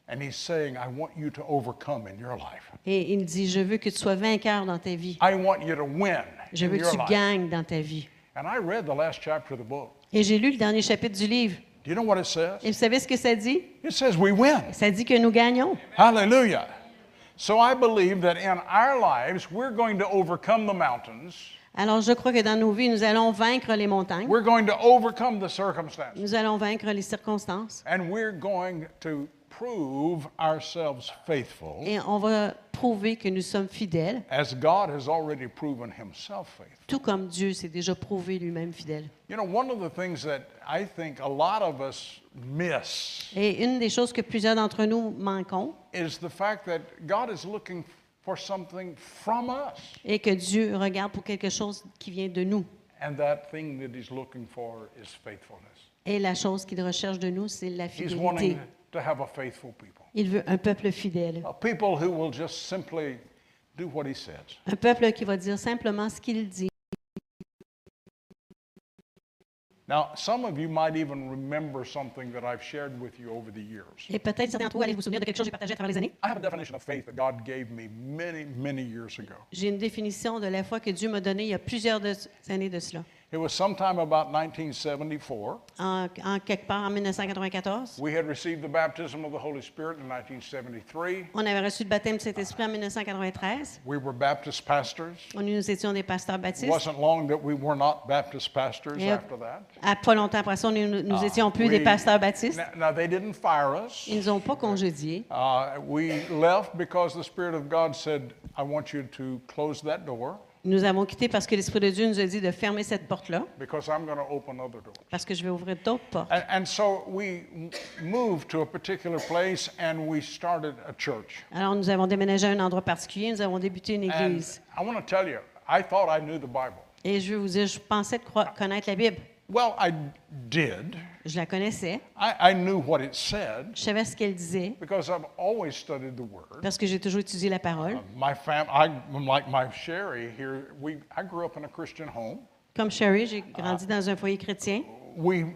and He's saying, I want you to overcome in your life. et il dit, je veux que tu sois vainqueur dans ta vie. I want you to win Je in veux que your tu life. gagnes dans ta vie. And I read the last chapter of the book. Et j'ai lu le dernier chapitre du livre. Do you know what it says? Et vous savez ce que ça dit? It says we win. Ça dit que nous gagnons. Hallelujah. So I believe that in our lives, we're going to overcome the mountains. Alors je crois que dans nos vies, nous allons vaincre les montagnes, We're going to overcome the circumstances. nous allons vaincre les circonstances And we're going to prove ourselves faithful et on va prouver que nous sommes fidèles, as God has already proven himself faithful. tout comme Dieu s'est déjà prouvé lui-même fidèle. You know, one of the things that I think a lot of us miss Et une des choses que plusieurs d'entre nous manquons, is the fact that God is looking for something from us. et que Dieu regarde pour quelque chose qui vient de nous. And that thing that he's looking for is faithfulness. Et la chose qu'il recherche de nous, c'est la He's fidélité. wanting to have a faithful people. Il veut un peuple fidèle, A people who will just simply do what he says. un peuple qui va dire simplement ce qu'il dit. Now, some of you might even remember something that I've shared with you over the years. Et peut-être certains d'entre vous allez vous souvenir de quelque chose que j'ai partagé à travers les années. I have a definition of faith that God gave me many, many years ago. J'ai une définition de la foi que Dieu m'a donnée il y a plusieurs de- années de cela. It was sometime about 1974. En, en quelque part en 1994, We had received the baptism of the Holy Spirit in 1973. on avait reçu le baptême de Saint-Esprit en 1993. We were Baptist pastors. On- Nous étions des pasteurs It baptistes. wasn't long that we were not Baptist pastors Yep. after that. À pas longtemps après ça, nous, nous étions plus We- des pasteurs baptistes. Now, now, they didn't fire us. Ils nous ont pas congédiés. Uh, we left because the Spirit of God said, I want you to close that door Nous avons quitté parce que l'Esprit de Dieu nous a dit de fermer cette porte-là, because I'm going to open other doors. parce que je vais ouvrir d'autres portes. And, and so we m- moved to a particular place and we started a church. Alors, nous avons déménagé à un endroit particulier, nous avons débuté une And église. I want to tell you, I thought I knew the Bible. Et je vais vous dire, je pensais de croi- connaître la Bible. Well, I did. Je la connaissais, I, I knew what it said je savais ce qu'elle disait, because I've always studied the Word. parce que j'ai toujours étudié la parole. My fam, I, like my Sherry here, we, I grew up in a Christian home. Comme Sherry, j'ai grandi dans un foyer chrétien. We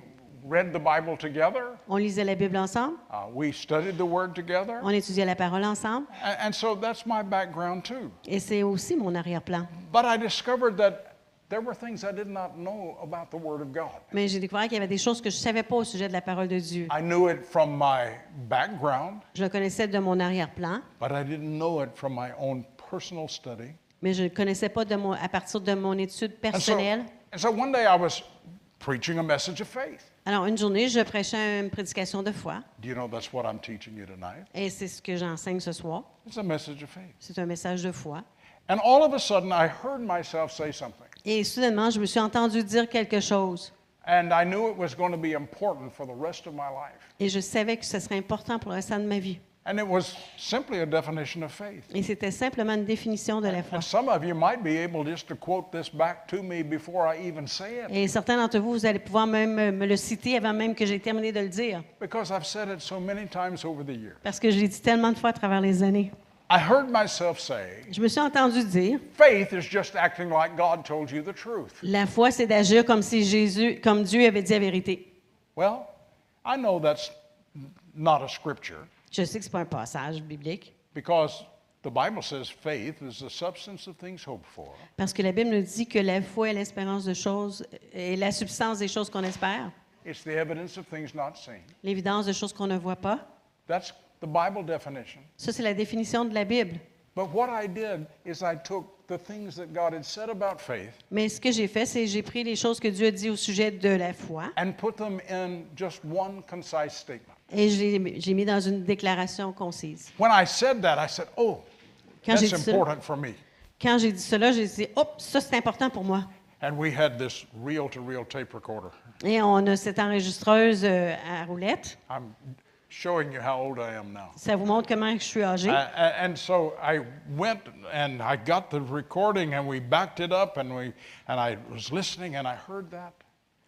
read the Bible together. On lisait la Bible ensemble, Uh, we studied the Word together. on étudiait la parole ensemble, And, and so that's my background too. et c'est aussi mon arrière-plan. But I discovered that there were things I did not know about the Word of God. Mais j'ai découvert qu'il y avait des choses que je ne savais pas au sujet de la parole de Dieu. I knew it from my background, Je le connaissais de mon arrière-plan, but I didn't know it from my own personal study. mais je ne le connaissais pas de mon- à partir de mon étude And so, personnelle. and so one day I was preaching a message of faith. Alors, une journée, je prêchais une prédication de foi, Do you know that's what I'm teaching you tonight? et c'est ce que j'enseigne ce soir. It's a message of faith. C'est un message de foi. And all of a sudden I heard myself say something. Et soudainement, je me suis entendu dire quelque chose, And I knew it was going to be important for the rest of my life. et je savais que ce serait important pour le restant de ma vie. And it was simply a definition of faith. Et c'était simplement une définition de la foi. And some of you might be able just to quote this back to me before I even say it Et certains d'entre vous, vous allez pouvoir même euh, me le citer avant même que j'ai terminé de le dire, because I've said it so many times over the years. parce que je l'ai dit tellement de fois à travers les années. I heard myself say, Je me suis entendu dire, faith is just acting like God told you the truth. la foi, c'est d'agir comme si Jésus, comme Dieu avait dit la vérité. Well, I know that's not a scripture Je sais que c'est pas un passage biblique, because the Bible says faith is the substance of things hoped for, parce que la Bible nous dit que la foi est l'espérance de choses, et la substance des choses qu'on espère, it's the evidence of things not seen. l'évidence de choses qu'on ne voit pas. That's the Bible definition. Ça, c'est la définition de la Bible. But what I did is I took the things that God had said about faith Mais ce que j'ai fait, c'est j'ai pris les choses que Dieu a dit au sujet de la foi and put them in just one concise statement. et j'ai j'ai mis dans une déclaration concise. When I said that, I said, oh, Quand j'ai that's dit ça- important for me. Quand j'ai dit cela, j'ai dit, hop, ça c'est important pour moi. And we had this reel to reel tape recorder. Et on a cette enregistreuse euh, à roulette. I'm showing you how old I am now. Ça vous montre comment je suis âgée. A- a- Uh, and so I went and I got the recording and we backed it up and, we, and I was listening and I heard that.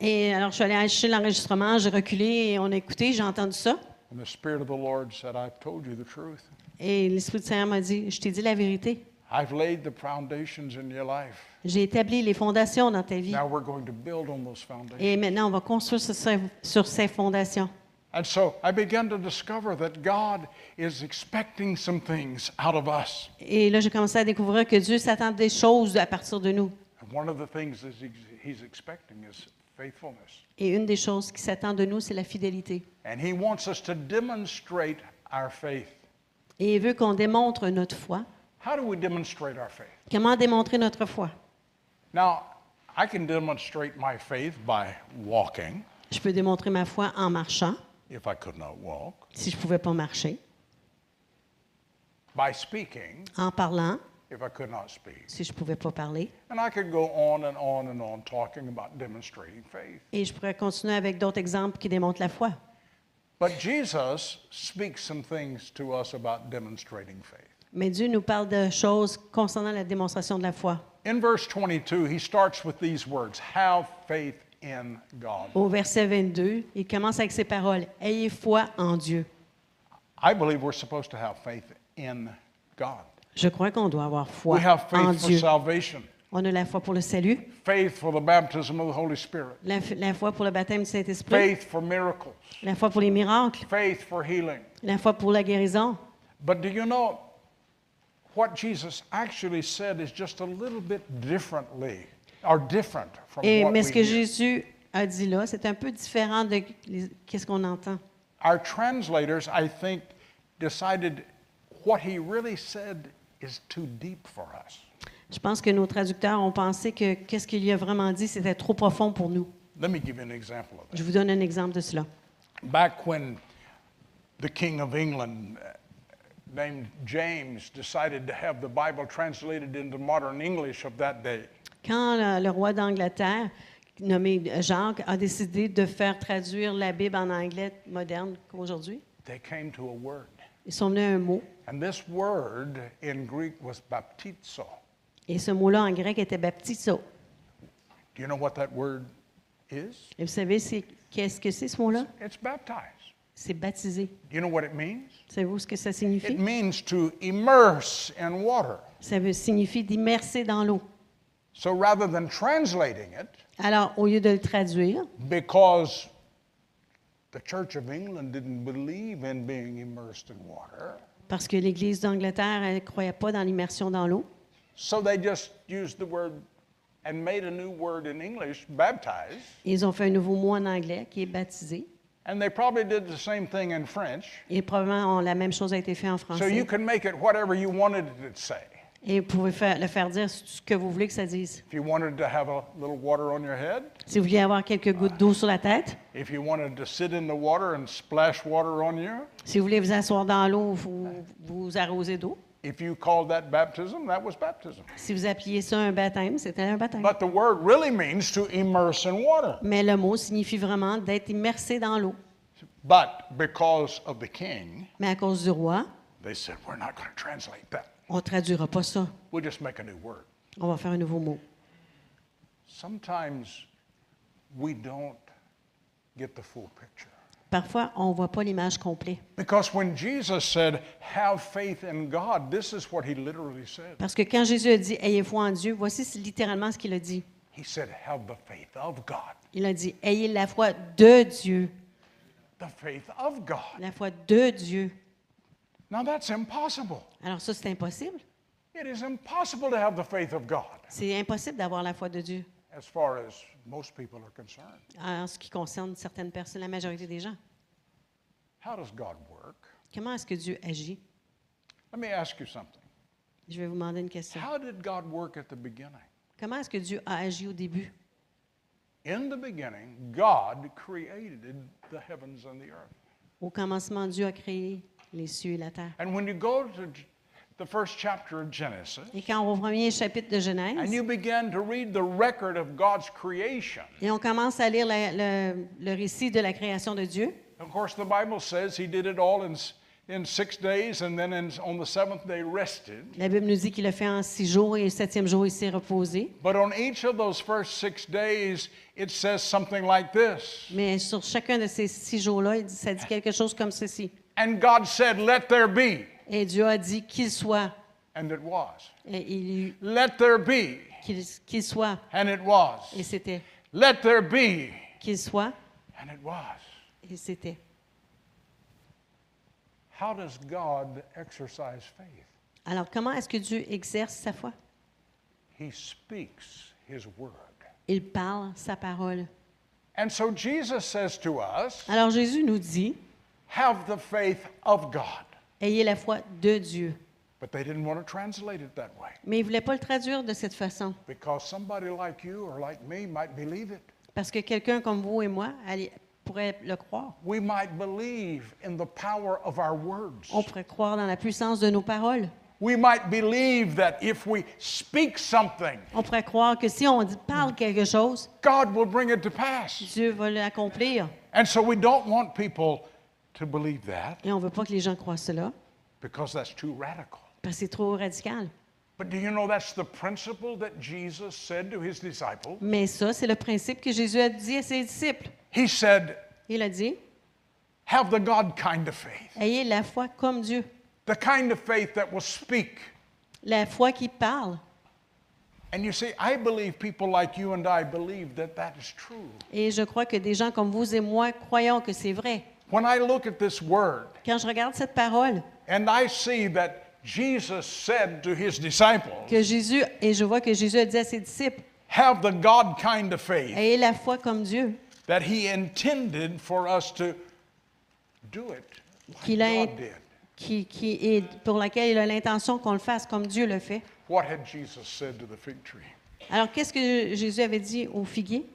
Et alors, je suis allée acheter l'enregistrement, j'ai reculé et on a écouté, j'ai entendu ça. And the Spirit of the Lord said, I've told you the truth. Et l'Esprit du Seigneur m'a dit, je t'ai dit la vérité. I've laid the foundations in your life. J'ai établi les fondations dans ta vie. Now we're going to build on those foundations. Et maintenant, on va construire sur ces- sur ces fondations. And so I began to discover that God is expecting some things out of us. Et là, j'ai commencé à découvrir que Dieu s'attend des choses à partir de nous. And one of the things that he's- He's expecting is faithfulness. Et une des choses qui s'attend de nous, c'est la fidélité. And He wants us to demonstrate our faith. Et il veut qu'on démontre notre foi. How do we demonstrate our faith? Comment démontrer notre foi? Now, I can demonstrate my faith by walking, Je peux démontrer ma foi en marchant, if I could not walk, si je ne pouvais pas marcher, by speaking, en parlant, if I could not speak. si je ne pouvais pas parler. And I could go on and on and on talking about demonstrating faith. Et je pourrais continuer avec d'autres exemples qui démontrent la foi. But Jesus speaks some things to us about demonstrating faith. Mais Dieu nous parle de choses concernant la démonstration de la foi. In verse 22, he starts with these words Have faith in God. Au verset 22, il commence avec ces paroles. Ayez foi en Dieu. I believe we're supposed to have faith in God. Je crois qu'on doit avoir foi We have en faith for Dieu. salvation, On a la foi pour le salut, faith for the baptism of the Holy Spirit, la, f- la foi pour le baptême du Saint-Esprit, faith for miracles, la foi pour les miracles, faith for healing. la foi pour la guérison. But do you know what Jesus actually said is just a little bit differently or different from Et, what Eh, mais ce we que hear. Jésus a dit là, c'est un peu différent de ce qu'on entend. Our translators, I think, decided what he really said is too deep for us. Je pense que nos traducteurs ont pensé que qu'est-ce qu'il y a vraiment dit, c'était trop profond pour nous. Let me give you an example of Je vous donne un exemple de cela. it. Back when the King of England, uh, named James, decided to have the Bible translated into modern English of that day, Quand le, le roi d'Angleterre, nommé Jacques, a décidé de faire traduire la Bible en anglais moderne qu'aujourd'hui, they came to a word. ils sont venus à un mot. And this word in Greek was baptizo. Et ce mot-là en grec était baptizo. Do you know what that word is? Et vous savez, c'est qu'est-ce que c'est ce mot-là? It's baptized. C'est baptisé. Do you know what it means? Savez-vous ce que ça It signifie? means to immerse in water. Ça veut, signifie d'immerser dans l'eau. So rather than translating it, Alors, au lieu de le traduire, because the Church of England didn't believe in being immersed in water, parce que l'Église d'Angleterre elle ne croyait pas dans l'immersion dans l'eau, so they just used the word and made a new word in English, baptized. ils ont fait un nouveau mot en anglais qui est baptisé. And they probably did the same thing in French. Et probablement, on- la même chose a été faite en So you français. can make it whatever you wanted it to say. Et vous pouvez faire- le faire dire ce que vous voulez que ça dise. If you wanted to have a little water on your head, Si vous voulez avoir quelques gouttes d'eau sur la tête, If you wanted to sit in the water and splash water on you, si vous voulez vous asseoir dans l'eau, vous vous arroser d'eau. if you called that baptism, that was baptism. Si vous appuyez ça un baptême, c'était un baptême. But the word really means to immerse in water. Mais le mot signifie vraiment d'être immersé dans l'eau. But because of the king, Mais à cause du roi, they said, we're not going to translate that. on ne traduira pas ça. We'll just make a new word. On va faire un nouveau mot. Sometimes we don't get the full picture. Parfois, on ne voit pas l'image complète. Because when Jesus said, have faith in God, this is what he literally said. Parce que quand Jésus a dit Ayez foi en Dieu, voici c- littéralement ce qu'il a dit. He said, have the faith of God. Il a dit Ayez la foi de Dieu. The faith of God. La foi de Dieu. Now that's impossible. Alors, ça, c'est impossible. It is impossible to have the faith of God C'est impossible d'avoir la foi de Dieu as far as most people are concerned. en ce qui concerne certaines personnes, la majorité des gens. How does God work? Comment est-ce que Dieu agit? Let me ask you something. Je vais vous demander une question. How did God work at the beginning? Comment est-ce que Dieu a agi au début? In the beginning, God created the heavens and the earth. Au commencement, Dieu a créé les cieux et la terre. And when you go to G- the first chapter of Genesis Et quand on va au premier chapitre de and you Genèse, begin to read the record of God's creation, et on commence à lire la- le- le récit de la création de Dieu, of course, the Bible says He did it all in, s- in six days and then in, on the seventh day rested. La Bible nous dit qu'il a fait en six jours et le septième jour, il s'est reposé. But on each of those first six days, it says something like this. Mais sur chacun de ces six jours-là, il dit- ça dit quelque chose comme ceci. And God said, Let there be. Et Dieu a dit qu'il soit, And it was. et il y eut, Let there be. qu'il qu'il soit, And it was. et c'était, Let there be. qu'il soit, And it was. et c'était. How does God exercise faith? Alors, comment est-ce que Dieu exerce sa foi? He speaks His word. Il parle sa parole. And so Jesus says to us, Alors, Jésus nous dit, Have the faith of God. ayez la foi de Dieu. But they didn't want to translate it that way Mais il ne voulait pas le traduire de cette façon, because somebody like you or like me might believe it. parce que quelqu'un comme vous et moi allez- pourrait le croire. We might believe in the power of our words. On pourrait croire dans la puissance de nos paroles. We might believe that if we speak something, On pourrait croire que si on dit- parle quelque chose, God will bring it to pass. Dieu va l'accomplir. And so we don't want people to believe that Et on ne veut pas que les gens croient cela, because that's too radical. Parce que c'est trop radical. But do you know that's the principle that Jesus said to his disciples? Mais ça, c'est le principe que Jésus a dit à ses disciples. He said, Il a dit, Have the God kind of faith, ayez la foi comme Dieu, the kind of faith that will speak. la foi qui parle. And you see, I believe people like you and I believe that that is true. Et je crois que des gens comme vous et moi croyons que c'est vrai. When I look at this word Quand je regarde cette parole and I see that Jesus said to his disciples, que Jésus, et je vois que Jésus a dit à ses disciples, Have the God kind of faith ayez la foi comme Dieu, that he intended for us to do it like qu'il a, God did. qui, qui est, pour laquelle il a l'intention qu'on le fasse comme Dieu le fait. What had Jesus said to the fig tree? Alors, qu'est-ce que Jésus avait dit au figuier?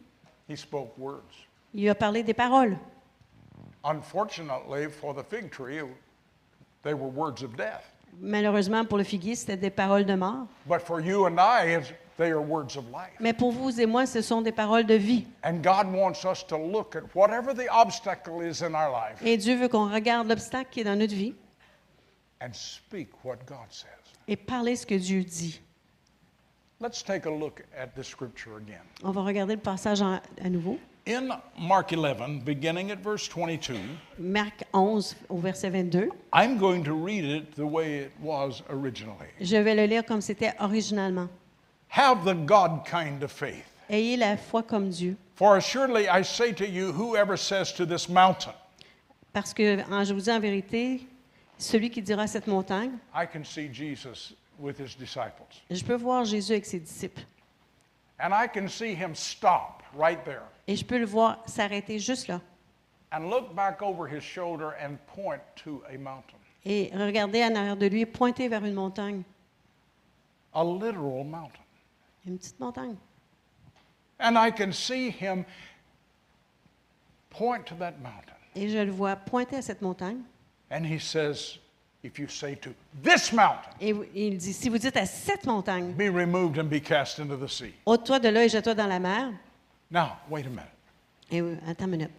He spoke words. Il a parlé des paroles. Unfortunately, for the fig tree, it- they were words of death. Malheureusement, pour le figuier, c'était des paroles de mort. But for you and I, it's- they are words of life. Mais pour vous et moi, ce sont des paroles de vie. And God wants us to look at whatever the obstacle is in our life Et Dieu veut qu'on regarde l'obstacle qui est dans notre vie and speak what God says. et parler ce que Dieu dit. Let's take a look at this scripture again. On va regarder le passage en- à nouveau. In Mark 11, beginning at verse 22, Marc 11, au verset 22. I'm going to read it the way it was originally. Je vais le lire comme c'était originalement. Have the God kind of faith. Ayez la foi comme Dieu. For assuredly I say to you, whoever says to this mountain, Parce que, en, je vous dis en vérité, celui qui dira à cette montagne, I can see Jesus with his disciples. je peux voir Jésus avec ses disciples. And I can see him stop right there Et je peux le voir s'arrêter juste là and look back over his shoulder and point to a mountain, et regarder en arrière de lui et pointer vers une montagne, a literal mountain. une petite montagne. And I can see him point to that mountain. Et je le vois pointer à cette montagne. And he says, If you say to this mountain, Et vous- et il dit, si vous dites à cette montagne, be removed and be cast into the sea. ôte-toi de là et jette-toi dans la mer. Now, wait a minute. Et oui, attends une minute.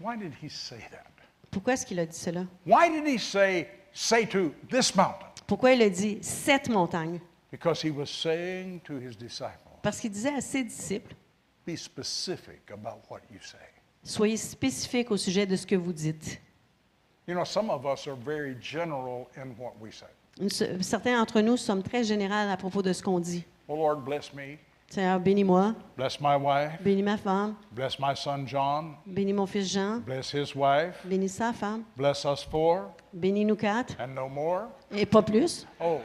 Why did he say that? Pourquoi est-ce qu'il a dit cela? Why did he say, say to this mountain? Pourquoi il a dit cette montagne? Because he was saying to his disciples, Parce qu'il disait à ses disciples, be specific about what you say. soyez spécifiques au sujet de ce que vous dites. You know, some of us are very general in what we say. Une se- Certains d'entre nous sommes très généraux à propos de ce qu'on dit. Well, Lord, bless me, Seigneur, bénis-moi, bless my wife, bénis ma femme, bless my son John, bénis mon fils Jean, bless his wife, bénis sa femme, bless us four, bénis nous quatre, and no more. et pas plus. Oh,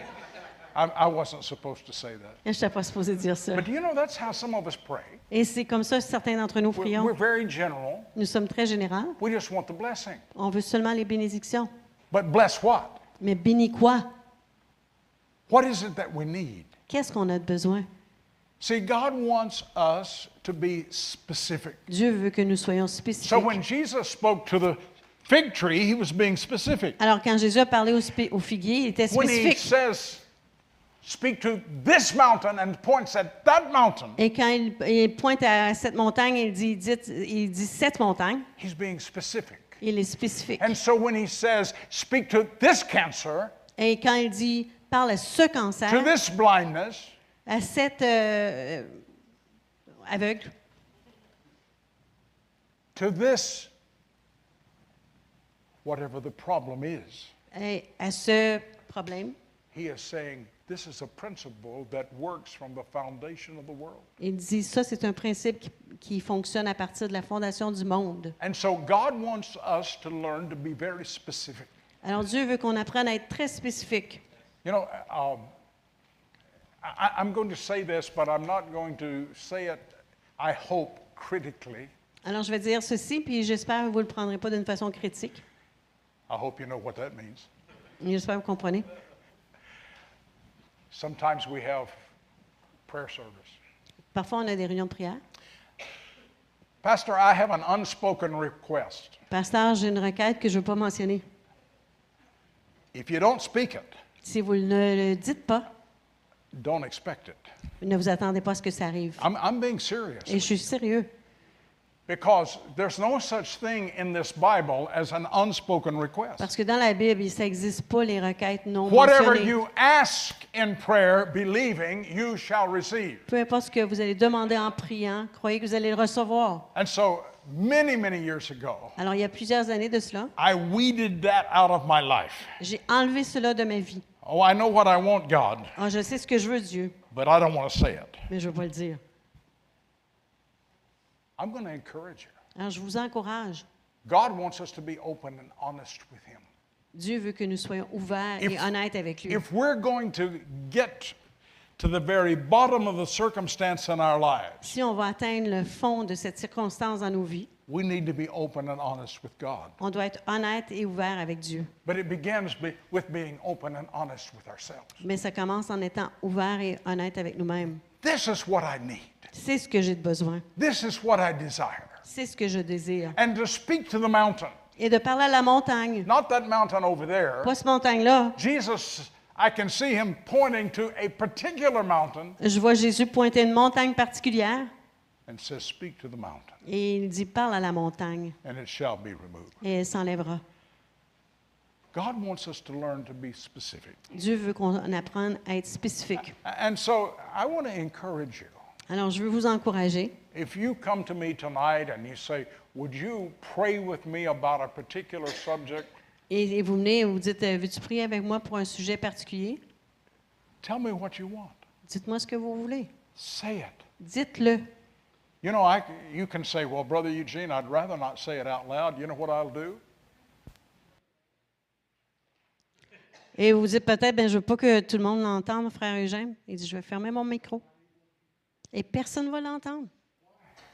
I, I wasn't supposed to say that. Je n'étais pas supposé dire ça. But do you know, that's how some of us pray. Et c'est comme ça que certains d'entre nous We're, we're prions. very general. Nous sommes très généraux. We just want the blessing. On veut seulement les bénédictions. But bless what? Mais bénis quoi? What is it that we need? Qu'est-ce qu'on a de besoin? See, God wants us to be specific. Dieu veut que nous soyons So spécifiques. when Jesus spoke to the fig tree, he was being specific. Alors, quand Jésus a parlé au, spé- au figuier, il était When he spécifique. says, speak to this mountain and points at that mountain, Et quand il, il pointe à cette montagne, il dit, dites- il dit cette montagne. he's being specific. Il est spécifique. And so when he says, speak to this cancer, Et quand il dit, parle à ce to cancer, this blindness, à cette euh, euh, aveugle, to this, whatever the problem is, et à ce problème, he is saying, this is a principle that works from the foundation of the world. il dit, ça, c'est un principe qui, qui fonctionne à partir de la fondation du monde. And so God wants us to learn to be very specific. Alors, Dieu veut qu'on apprenne à être très spécifique. You know, um, I, I'm going to say this, but I'm not going to say it, I hope, critically. Alors, je vais dire ceci, puis j'espère que vous ne le prendrez pas d'une façon critique. I hope you know what that means. J'espère que vous comprenez. Sometimes we have prayer service. Parfois, on a des réunions de prière. Pastor, I have an unspoken request. Pasteur, j'ai une requête que je ne veux pas mentionner. If you don't speak it, Si vous ne le dites pas, don't expect it. ne vous attendez pas à ce que ça arrive. I'm, I'm being serious. Et je suis sérieux. Because there's no such thing in this Bible as an unspoken request. Parce que dans la Bible, il n'existe pas les requêtes non Whatever mentionnées. you ask in prayer, believing, you shall receive. Peu importe ce que vous allez demander en priant, croyez que vous allez le recevoir. And so, many, many years ago, Alors, il y a plusieurs années de cela, I weeded that out of my life. j'ai enlevé cela de ma vie. Oh, I know what I want, God, Ah, je sais ce que je veux, Dieu, but I don't want to say it. mais je ne veux pas le dire. I'm going to encourage you. Alors, je vous encourage. God wants us to be open and honest with Him. Dieu veut que nous soyons ouverts et If- honnêtes avec lui. If we're going to get to the very bottom of the circumstance in our lives, Si on va atteindre le fond de cette circonstance dans nos vies, we need to be open and honest with God. on doit être honnête et ouvert avec Dieu. But it begins be- with being open and honest with ourselves. Mais ça commence en étant ouvert et honnête avec nous-mêmes. This is what I need. C'est ce que j'ai de besoin. This is what I desire. C'est ce que je désire. And to speak to the mountain, Et de parler à la montagne, not that mountain over there. pas cette montagne-là. Jesus, I can see him pointing to a particular mountain Je vois Jésus pointer une montagne particulière and says, Speak to the mountain, et il dit parle à la montagne and it shall be removed. et elle s'enlèvera. God wants us to learn to be specific. Dieu veut qu'on apprenne à être spécifique. And so I want to encourage you. Alors je veux vous encourager. If you come to me tonight and you say, Would you pray with me about a particular subject? Et, et vous venez, vous dites, euh, veux-tu prier avec moi pour un sujet particulier? Tell me what you want. Dites-moi ce que vous voulez. Say it. Dites-le. You know, I, you can say, Well, Brother Eugene, I'd rather not say it out loud. You know what I'll do? Et vous dites peut-être, ben, je veux pas que tout le monde l'entende, frère Eugène. Il dit, je vais fermer mon micro. Et personne ne va l'entendre.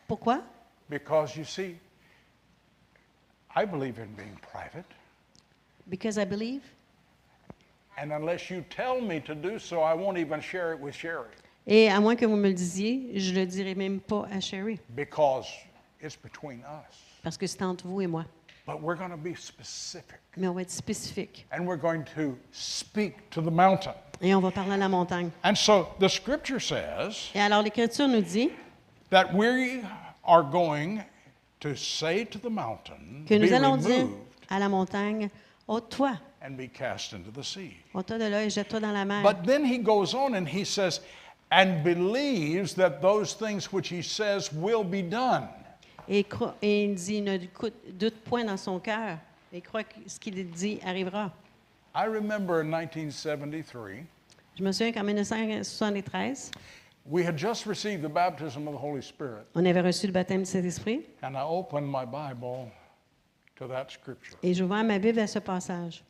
Pourquoi? Because you see, I believe in being private. Because I believe. And unless you tell me to do so, I won't even share it with Sherry Et à moins que vous me le disiez, je le dirai même pas à Sherry, because it's between us. parce que c'est entre vous et moi. But we're going to be specific Mais on va être spécifique and we're going to speak to the mountain. et on va parler à la montagne. And so the scripture says Et alors l'Écriture nous dit that we are going to say to the mountain, que nous be allons dire removed à la montagne, ôte-toi, and be cast into the sea. ôte-toi de là et jette-toi dans la mer. But then he goes on and he says, and believes that those things which he says will be done. Et, cro- et il dit, ne coûte- doute point dans son cœur et crois que ce qu'il dit arrivera. I remember in 1973, Je me souviens qu'en 1973, We had just received the baptism of the Holy Spirit, on avait reçu le baptême du Saint-Esprit and I opened my Bible to that scripture. et j'ai ouvert ma Bible à ce passage.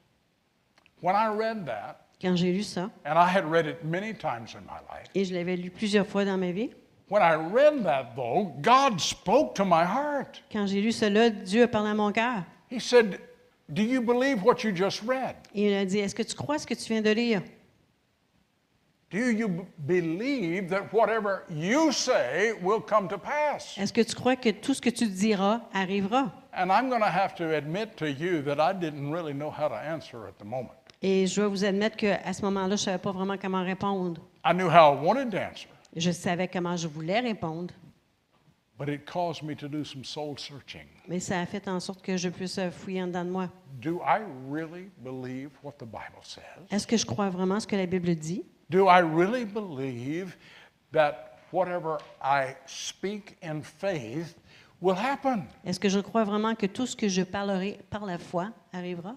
When I read that, Quand j'ai lu ça, and I had read it many times in my life, et je l'avais lu plusieurs fois dans ma vie, when I read that though, God spoke to my heart. quand j'ai lu cela, Dieu a parlé à mon cœur. He said, Do you believe what you just read? Et il a dit, est-ce que tu crois ce que tu viens de lire? Do you b- believe that whatever you say will come to pass? Est-ce que tu crois que tout ce que tu diras arrivera? And I'm going to have to admit to you that I didn't really know how to answer at the moment. Et je dois vous admettre qu'à ce moment-là, je ne savais pas vraiment comment répondre. I knew how I wanted to answer, Je savais comment je voulais répondre, but it caused me to do some soul searching. mais ça a fait en sorte que je puisse euh, fouiller en dedans de moi. Do I really believe what the Bible says? Est-ce que je crois vraiment ce que la Bible dit? Do I really believe that whatever I speak in faith will happen? Est-ce que je crois vraiment que tout ce que je parlerai par la foi arrivera?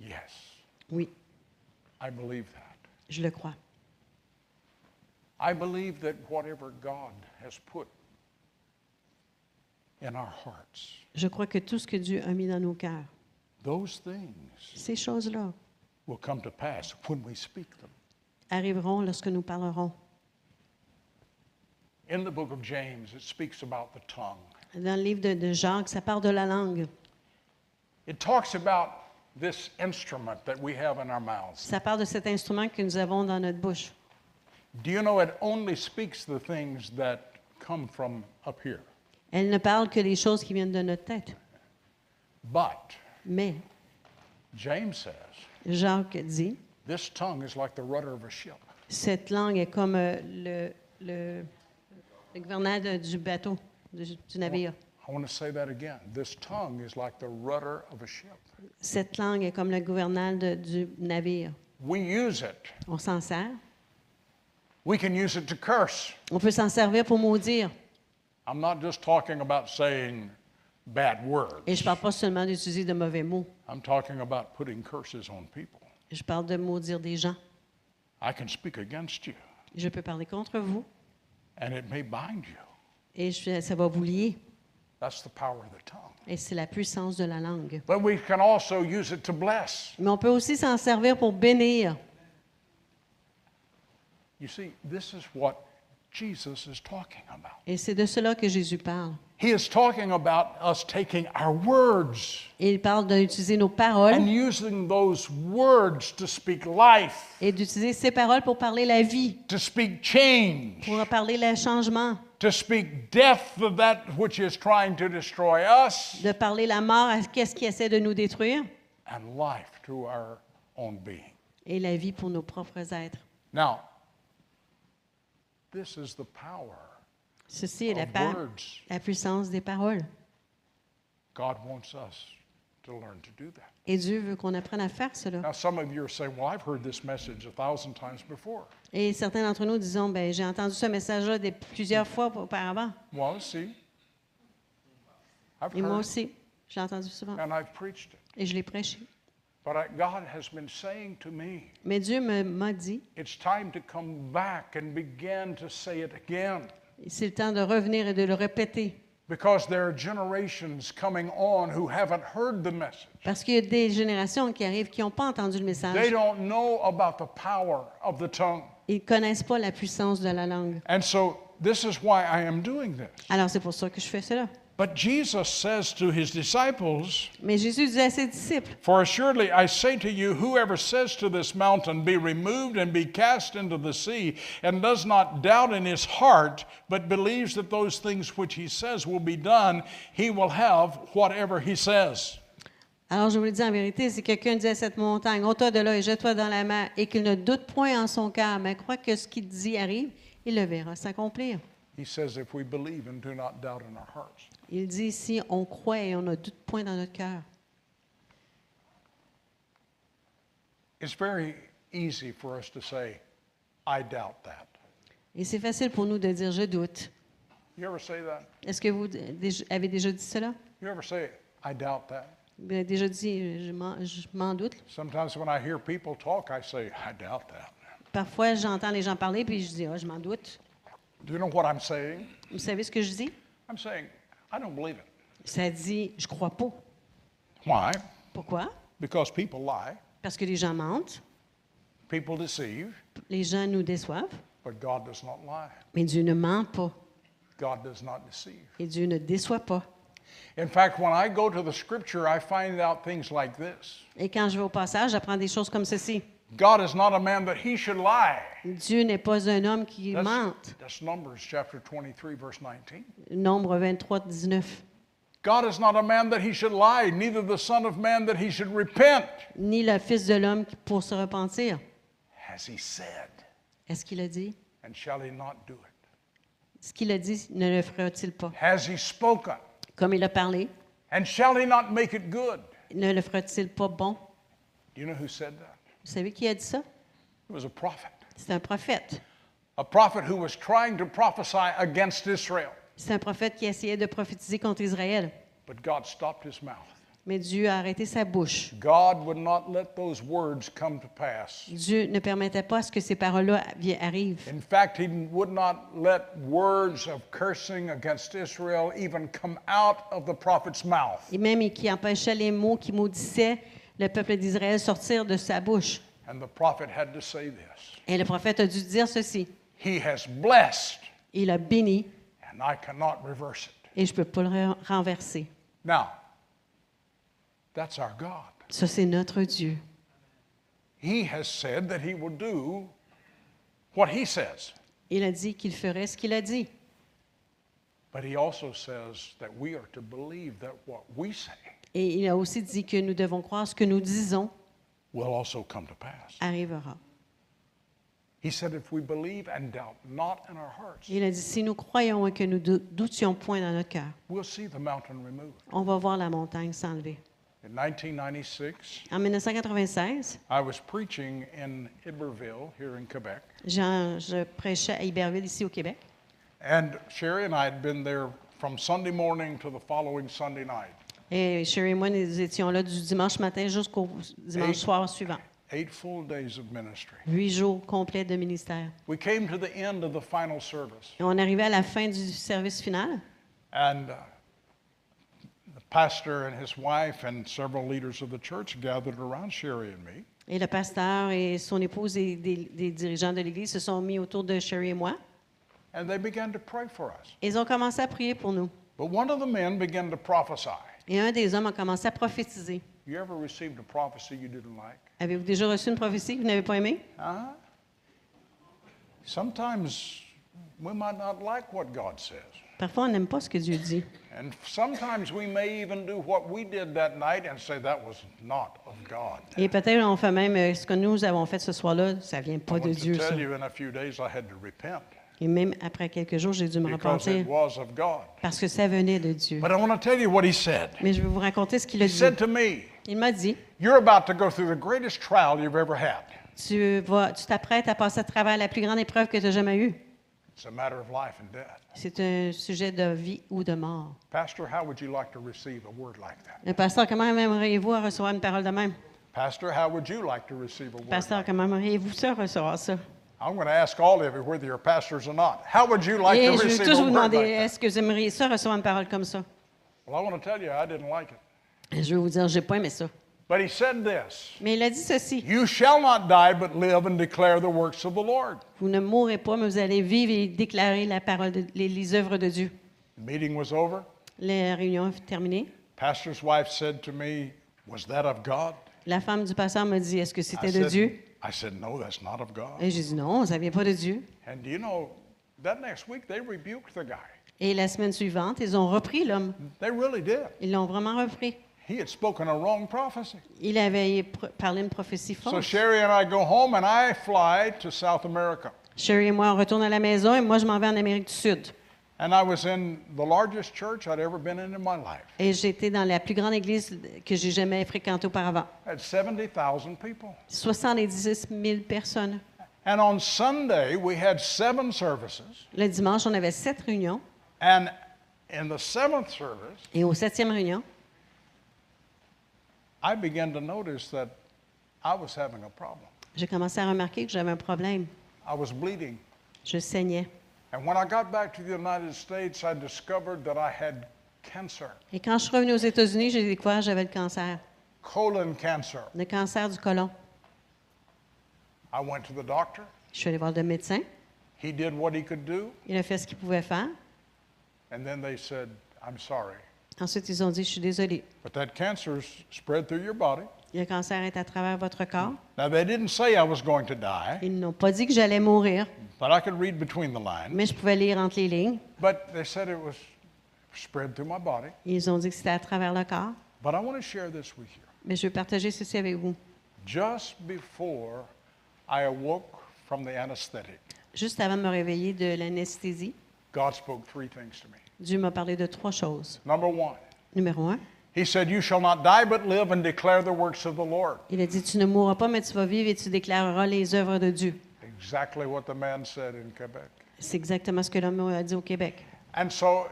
Yes, Oui, I believe that. je le crois. I believe that whatever God has put in our hearts, Je crois que tout ce que Dieu a mis dans nos cœurs, those things ces choses-là will come to pass when we speak them. arriveront lorsque nous parlerons. In the book of James, it speaks about the tongue. Dans le livre de, de Jacques, ça parle de la langue. It talks about this instrument that we have in our mouths. Ça parle de cet instrument que nous avons dans notre bouche. Do you know it only speaks the things that come from up here? Elle ne parle que des choses qui viennent de notre tête. But Mais James says Jacques dit, this tongue is like the rudder of a ship. cette langue est comme euh, le, le- le gouverneur de- du bateau, du, du navire. I want to say that again. This tongue is like the rudder of a ship. Cette langue est comme le gouverneur de- du navire. We use it. On s'en sert. We can use it to curse. On peut s'en servir pour maudire. I'm not just talking about saying bad words. Et je ne parle pas seulement d'utiliser de mauvais mots. I'm talking about putting curses on people. Je parle de maudire des gens. I can speak against you, Je peux parler contre vous and it may bind you. et je- ça va vous lier. That's the power of the tongue. Et c'est la puissance de la langue. But we can also use it to bless. Mais on peut aussi s'en servir pour bénir. You see, this is what Jesus is talking about. Et c'est de cela que Jésus parle. He is talking about us taking our words Et il parle d'utiliser nos paroles and using those words to speak life, et d'utiliser ces paroles pour parler la vie, to speak change, pour parler le changement, to speak death of that which is trying to destroy us, de parler la mort à qu'est-ce qui essaie de nous détruire and life to our own being. et la vie pour nos propres êtres. Now, this is the power. Ceci est la, Of par- words. la puissance des paroles. God wants us to learn to do that. Et Dieu veut qu'on apprenne à faire cela. Now, some of you are saying, Well, I've heard this message a thousand times before. Et certains d'entre nous disons, ben j'ai entendu ce message-là des- plusieurs fois auparavant. Well, see, I've Et moi heard aussi, j'ai entendu souvent. and I've preached it. Et je l'ai prêché. But I, God has been saying to me, Mais Dieu me- m'a dit, It's time to come back and begin to say it again. c'est le temps de revenir et de le répéter. Because there are generations coming on who haven't heard the message. Parce qu'il y a des générations qui arrivent qui n'ont pas entendu le They message. don't know about the power of the tongue. Ils ne connaissent pas la puissance de la langue. And so this is why I am doing this. Alors c'est pour ça que je fais cela. But Jesus says to his disciples, Mais Jésus disait à ses disciples, For assuredly I say to you, whoever says to this mountain, Be removed and be cast into the sea, and does not doubt in his heart, but believes that those things which he says will be done, he will have whatever he says. alors je vous le dis en vérité, si quelqu'un dit à cette montagne, ôte-toi de là et jette-toi dans la mer, et qu'il ne doute point en son cœur, mais croit que ce qu'il dit arrive, il le verra s'accomplir. He says, If we believe and do not doubt in our hearts. Il dit ici, on croit et on ne doute point dans notre cœur. It's very easy for us to say, I doubt that. Et c'est facile pour nous de dire, je doute. You ever say that? Est-ce que vous euh, déj- avez déjà dit cela? You ever say, I doubt that? Vous avez déjà dit, euh, je m'en- je m'en doute. Sometimes when I hear people talk, I say, I doubt that. Parfois, j'entends les gens parler, puis je dis, ah, je m'en doute. Do you know what I'm saying? Vous savez ce que je dis? I'm saying, I don't believe it. Ça dit, je crois pas. Why? Pourquoi? Because people lie, Parce que les gens mentent, people deceive, les gens nous déçoivent, but God does not lie. mais Dieu ne ment pas God does not deceive. et Dieu ne déçoit pas. In fact, when I go to the scripture, I find out things like this Et quand je vais au passage, j'apprends des choses comme ceci. God is not a man that he should lie. Dieu n'est pas un homme qui That's, mente. that's Numbers chapter 23, verse 19. Nombre 23, 19. God is not a man that he should lie, neither the Son of Man that he should repent. Ni le Fils de l'homme pour se repentir. Has he said, Est-ce qu'il a dit? and shall he not do it? Ce qu'il a dit, ne le fera-t-il pas? Has he spoken, Comme il a parlé, and shall he not make it good? ne le fera-t-il pas bon? Do you know who said that? Vous savez qui a dit ça? It was a prophet. C'est un prophète. A prophet who was trying to prophesy against Israel. C'est un prophète qui essayait de prophétiser contre Israël. But God stopped his mouth. Mais Dieu a arrêté sa bouche. God would not let those words come to pass. Dieu ne permettait pas à ce que ces paroles-là vi- arrivent. In fact, he would not let words of cursing against Israel even come out of the prophet's mouth. Et même qui empêchait les mots qui maudissaient le peuple d'Israël sortir de sa bouche. And the prophet had to say this Et le prophète a dû dire ceci. He has blessed, Il a béni and I cannot reverse it. et je ne peux pas le re- renverser. Now, that's our God. Ça, c'est notre Dieu. He has said that he will do what he says. Il a dit qu'il ferait ce qu'il a dit. But he also says that we are to believe that what we say Et il a aussi dit que nous devons croire ce que nous disons will also come to pass. arrivera. He said, If we believe and doubt not in our hearts, Il a dit, si nous croyons et que nous dou- doutions point dans notre cœur, we'll see the mountain removed. on va voir la montagne s'enlever. In 1996, En 1996, I was preaching in Iberville here in Quebec, j'en- je prêchais à Iberville, ici au Québec. and Sherry and I had been there from Sunday morning to the following Sunday night. Et Sherry et moi, nous étions là du dimanche matin jusqu'au dimanche soir suivant. Eight full days of ministry. Huit jours complets de ministère. We came to the end of the final service, Et on arrivait à la fin du service final. and uh, the pastor and his wife and several leaders of the church gathered around Sherry and me. Et le pasteur et son épouse et des, des dirigeants de l'Église se sont mis autour de Sherry et moi. And they began to pray for us. Ils ont commencé à prier pour nous. But one of the men began to prophesy. Et un des hommes a commencé à prophétiser. You ever received a prophecy you didn't like? Avez-vous déjà reçu une prophétie que vous n'avez pas aimée? Huh? Sometimes we might not like what God says. Parfois, on n'aime pas ce que Dieu dit. And sometimes we may even do what we did that night and say that was not of God. Et peut-être on fait même euh, ce que nous avons fait ce soir-là, ça vient pas I de want Dieu, to ça. tell you in a few days I had to repent Et même après quelques jours, j'ai dû me because repentir it was of God. parce que ça venait de Dieu. But I want to tell you what he said. Mais je vais vous raconter ce qu'il a He dit. said to me, Il m'a dit, You're about to go through the greatest trial you've ever had. tu vas, tu t'apprêtes à passer à travers la plus grande épreuve que tu as jamais eue. It's a matter of life and death. C'est un sujet de vie ou de mort. Pastor, how would you like to receive a word like that? Le pasteur, comment aimeriez-vous à recevoir une parole de même? Pastor, how would you like to receive a word? Pasteur, comment aimeriez-vous ça, recevoir ça? I'm going to ask all of you, whether you're pastors or not, how would you like Et to je vais receive tous a vous word demander, like that? est-ce que vous aimeriez ça, recevoir une parole comme ça? Well, I want to tell you, I didn't like it. Et je vais vous dire, j'ai pas aimé ça. But he said this Mais il a dit ceci, You shall not die, but live and declare the works of the Lord. vous ne mourrez pas, mais vous allez vivre et déclarer la parole, de- les, les œuvres de Dieu. The meeting was over. La réunion est terminée. Pastor's wife said to me, Was that of God? La femme du pasteur m'a dit, est-ce que I c'était de said, Dieu? I said, No, that's not of God. Et j'ai dit, non, ça vient pas de Dieu. And do you know, that next week they rebuked the guy. Et la semaine suivante, ils ont repris l'homme. They really did. Ils l'ont vraiment repris. He had spoken a wrong prophecy. Il avait pr- parlé une prophétie So fausse. Sherry and I go home and I fly to South America. Sherry et moi, on retourne à la maison et moi, je m'en vais en Amérique du Sud. And I was in the largest church I'd ever been in in my life. Et j'étais dans la plus grande église que j'ai jamais fréquentée auparavant. Had 70,000 people. 70 000 personnes. And on Sunday, we had seven services. Le dimanche, on avait sept réunions. And in the seventh service, Et aux septième réunion, I began to notice that I was having a problem. j'ai commencé à remarquer que j'avais un problème. I was bleeding. Je saignais. And when I got back to the United States, I discovered that I had cancer, Et quand je suis revenue aux États-Unis, j'ai découvert que j'avais le cancer, colon cancer. le cancer du côlon. I went to the doctor. Je suis allée voir le médecin. He did what he could do. Il a fait ce qu'il pouvait faire. And then they said, I'm sorry, Ensuite, ils ont dit, je suis désolée. but that cancer's spread through your body. Le cancer est à travers votre corps. Now, they didn't say I was going to die, Ils n'ont pas dit que j'allais mourir, but I could read between the lines. mais je pouvais lire entre les lignes. But they said it was spread through my body. Ils ont dit que c'était à travers le corps. But I want to share this with you. Mais je veux partager ceci avec vous. Just before I awoke from the anesthetic, Juste avant de me réveiller de l'anesthésie, God spoke three things to me. Dieu m'a parlé de trois choses. Number one, Numéro un, He said, You shall not die, but live and declare the works of the Lord. il a dit, tu ne mourras pas, mais tu vas vivre et tu déclareras les œuvres de Dieu. Exactly what the man said in Quebec. C'est exactement ce que l'homme a dit au Québec. And so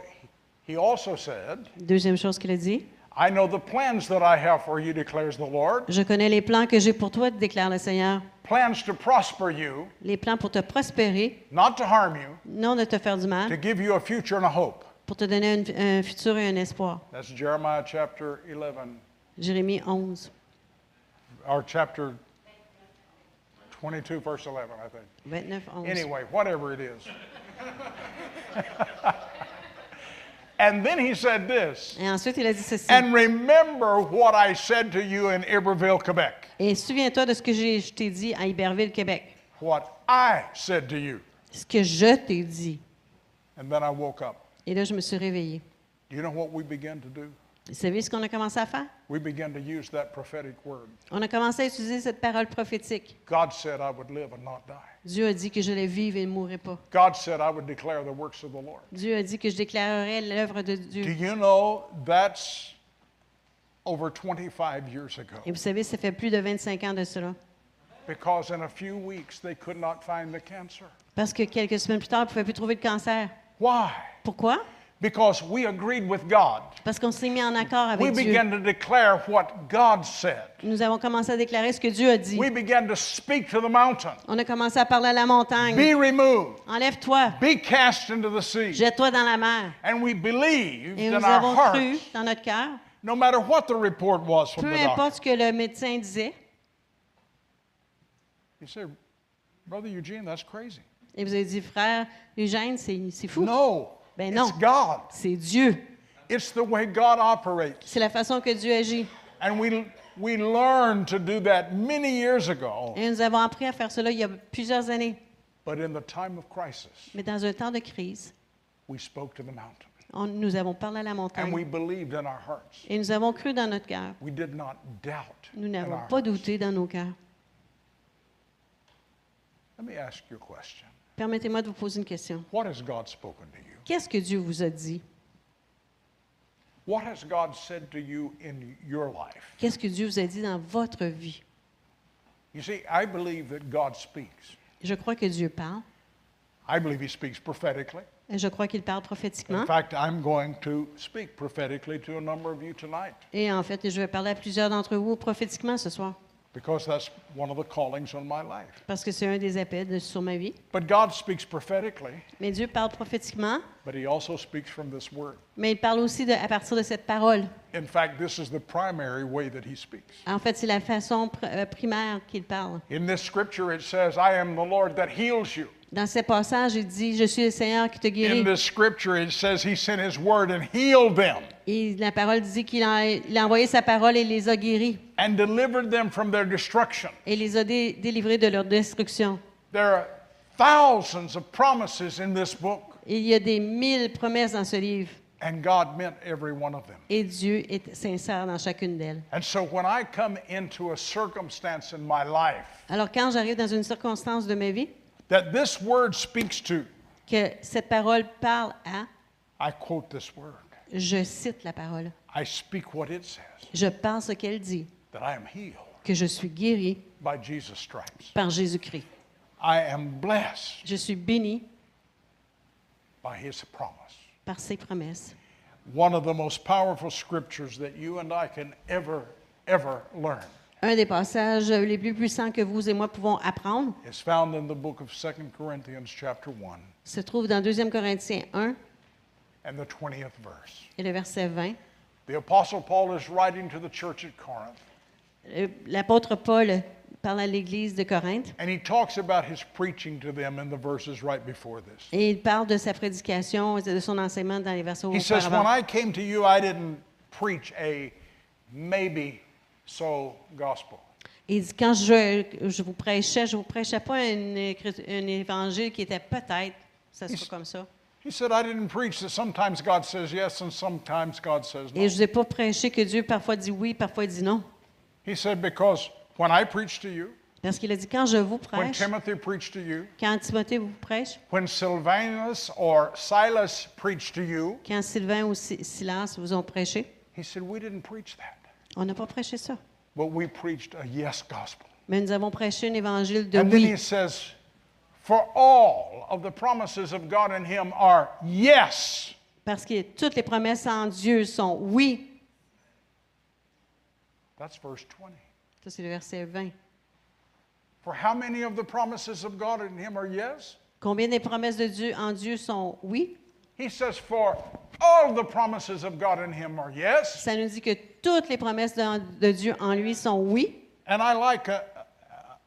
He also said, Deuxième chose qu'il a dit, I know the plans that I have for you, declares the Lord. je connais les plans que j'ai pour toi, déclare le Seigneur. Plans to prosper you, Les plans pour te prospérer, not to harm you, non de te faire du to mal, give you a future and a hope. pour te donner un- un futur et un espoir. That's Jeremiah chapter 11, Jérémie 11, or chapter 22, verse 11, I think. 29, 11. Anyway, whatever it is. and then he said this Et ensuite, il a dit ceci. and remember what I said to you in Iberville, Quebec. Et souviens-toi de ce que j'ai- je t'ai dit à Iberville, Québec. What I said to you. Ce que je t'ai dit. And then I woke up. Et là, je me suis réveillée. Do you know what we began to do? Vous savez ce qu'on a commencé à faire? We began to use that prophetic word. On a commencé à utiliser cette parole prophétique. God said, I would live and not die. Dieu a dit que je le vivre et ne mourrai pas. God said, I would declare the works of the Lord. Dieu a dit que je déclarerai l'œuvre de Do Dieu. you know that's over 25 years ago? Et vous savez, ça fait plus de 25 ans de cela. Because in a few weeks, they could not find the cancer. Parce que quelques semaines plus tard, on ne pouvait plus trouver le cancer. Why? Pourquoi? Because we agreed with God. Parce qu'on s'est mis en accord We avec Dieu. began to declare what God said. Nous avons commencé à déclarer ce que Dieu a dit. We began to speak to the mountain On a commencé à parler à la montagne. be removed, Enlève-toi. be cast into the sea. Jette-toi dans la mer. And we believed Et in nous our avons cru hearts, dans notre cœur, no matter what the report was from peu the doctor. importe ce que le médecin disait. You say, Brother Eugene, that's crazy. Et vous avez dit, frère Eugène, c'est c'est fou. No, Ben it's non. God. C'est Dieu. It's the way God operates. C'est la façon que Dieu agit. And we, we learned to do that many years ago. Et nous avons appris à faire cela il y a plusieurs années. But in the time of crisis, Mais dans un temps de crise, we spoke to the mountain on- nous avons parlé à la and we montagne. believed in our hearts. Et nous avons cru dans notre cœur. We did not doubt. Nous in n'avons our pas hearts. douté dans nos cœurs. Let me ask you a question. Permettez-moi de vous poser une question. What has God spoken to you? Qu'est-ce que Dieu vous a dit? What has God said to you in your life? Qu'est-ce que Dieu vous a dit dans votre vie? You see, I believe that God speaks. Je crois que Dieu parle. I believe He speaks prophetically. Et je crois qu'il parle prophétiquement. In fact, I'm going to speak prophetically to a number of you tonight Et en fait, je vais parler à plusieurs d'entre vous prophétiquement ce soir. because that's one of the callings on my life. Parce que c'est un des appels de- sur ma vie. But God speaks prophetically, Mais Dieu parle prophétiquement, but He also speaks from this word. mais il parle aussi de- à partir de cette parole. In fact, this is the primary way that He speaks. En fait, c'est la façon pr- euh, primaire qu'il parle. In this scripture, it says, I am the Lord that heals you. Dans ce passage, il dit Je suis le Seigneur qui te guérit. In this scripture, it says, He sent His word and healed them Et la parole dit qu'il a, il a envoyé sa parole et les a guéris and delivered them from their destruction. et les a dé- délivrés de leur destruction. There are thousands of promises in this book, Il y a des mille promesses dans ce livre and God meant every one of them. et Dieu est sincère dans chacune d'elles. And so when I come into a circumstance in my life Alors, quand j'arrive dans une circonstance de ma vie that this word speaks to, que cette parole parle à, I quote this word. je cite la parole. I speak what it says Je parle ce qu'elle dit, that I am healed que je suis guéri by Jesus' stripes. par Jésus-Christ. I am blessed Je suis béni by his promise. par ses promesses. One of the most powerful scriptures that you and I can ever, ever learn Un des passages les plus puissants que vous et moi pouvons apprendre is found in the book of 2 Corinthians, chapter 1, se trouve dans 2 Corinthiens 1 and the 20th verse. et le verset 20. The Apostle Paul is writing to the church at Corinth, Euh, L'apôtre Paul parle à l'Église de Corinthe and he talks about his preaching to them in the verses right before this. et il parle de sa prédication et de son enseignement dans les versets He says, When auparavant. I came to you, I didn't preach a maybe so gospel. Il dit, quand je, je vous prêchais, je vous prêchais pas une écrit- un évangile qui était peut-être, ça se Yes. fait comme ça. He said, I didn't preach that sometimes God says yes and sometimes God says no. Et je vous ai pas prêché que Dieu parfois dit oui, parfois dit non. He said, Because when I preach to you, Parce qu'il a dit, quand je vous when prêche, Timothy preached to you, quand Timothée vous prêche, when Silvanus or Silas preached to you, quand Sylvain ou Si- Silas vous ont prêché, he said, We didn't preach that, on n'a pas prêché ça. but we preached a yes gospel. Mais nous avons prêché un évangile de And then oui. he says, For all of the promises of God in him are yes. Parce que toutes les promesses en Dieu sont oui. That's verse 20. Ça, c'est le verset 20. For how many of the promises of God in him are yes? Combien des promesses de Dieu en Dieu sont oui? He says, For all the promises of God in him are yes. Ça nous dit que toutes les promesses de, de Dieu en lui sont oui. And I like a,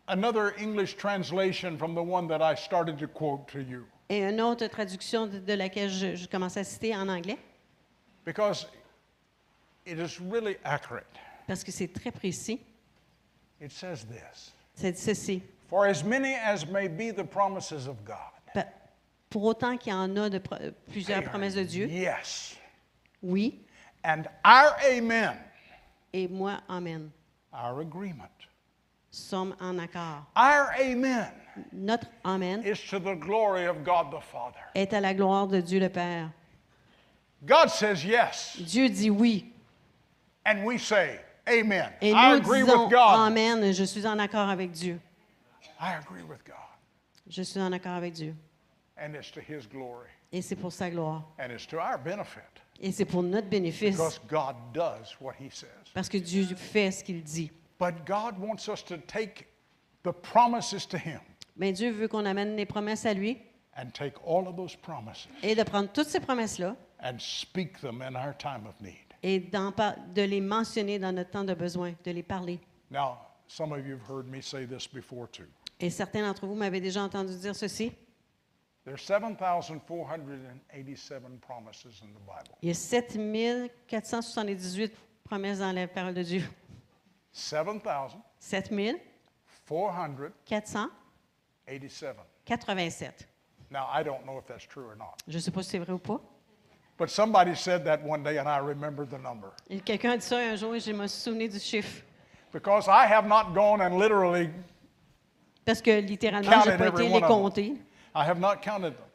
another English translation from the one that I started to quote to you Et une autre traduction de, de laquelle je, je commence à citer en anglais, because it is really accurate. parce que c'est très précis, It says this ça dit ceci. For as many as may be the promises of God, Pa- Pour autant qu'il y en a de pro- they plusieurs are promesses de Dieu, yes. oui, And our amen, et moi, Amen. our agreement, Sommes en accord. our amen Notre Amen is to the glory of God the Father. est à la gloire de Dieu le Père. God says yes, Dieu dit oui. and we say amen. Et I nous agree disons with God. Amen, je suis en accord avec Dieu. I agree with God. Je suis en accord avec Dieu. And it's to His glory, Et c'est pour sa gloire. and it's to our benefit Et c'est pour notre bénéfice. because God does what He says. Parce que Dieu fait ce qu'il dit. But God wants us to take the promises to Him Mais Dieu veut qu'on amène les promesses à lui and take all of those promises et de prendre toutes ces promesses-là and speak them in our time of need. et d'en par- de les mentionner dans notre temps de besoin, de les parler. Now, some of you have heard me say this before too. Et certains d'entre vous m'avez déjà entendu dire ceci. There are 7,487 promises in the Bible. Il y a 7478 promesses dans la parole de Dieu. 7487. 7,487. Now, I don't know if that's true or not, Je ne sais pas si c'est vrai ou pas. but somebody said that one day and I remember the number Et Quelqu'un a dit ça un jour et je me suis souvenu du chiffre. because I have not gone and literally, Parce que littéralement, je n'ai Counted pas été every one les of them. compter. I have not counted them.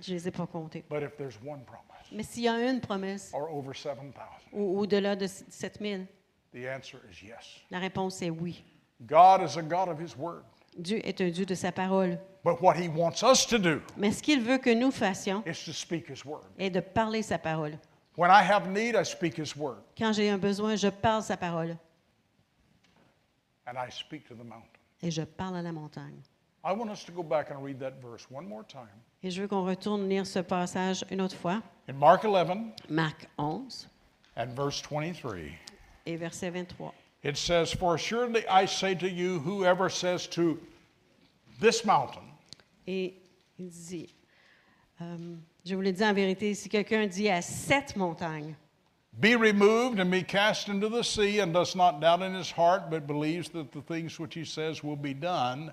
Je ne les ai pas comptés. But if there's one promise Mais s'il y a une promesse or over 7,000, au- au-delà de 7000, the answer is yes. la réponse est oui. God is a God of His Word. Dieu est un Dieu de sa parole. But what He wants us to do Mais ce qu'il veut que nous fassions is to speak His Word. est de parler sa parole. When I have need, I speak His Word Quand j'ai un besoin, je parle sa parole and I speak to the mountain. et je parle à la montagne. I want us to go back and read that verse one more time. Et je veux qu'on retourne lire ce passage une autre fois. In Mark 11 Marc 11 and verse 23, et verset 23. it says, For assuredly I say to you, whoever says to this mountain, Et il dit, euh, je vous l'ai dit en vérité, si quelqu'un dit à cette montagne, be removed and be cast into the sea, and does not doubt in his heart, but believes that the things which he says will be done,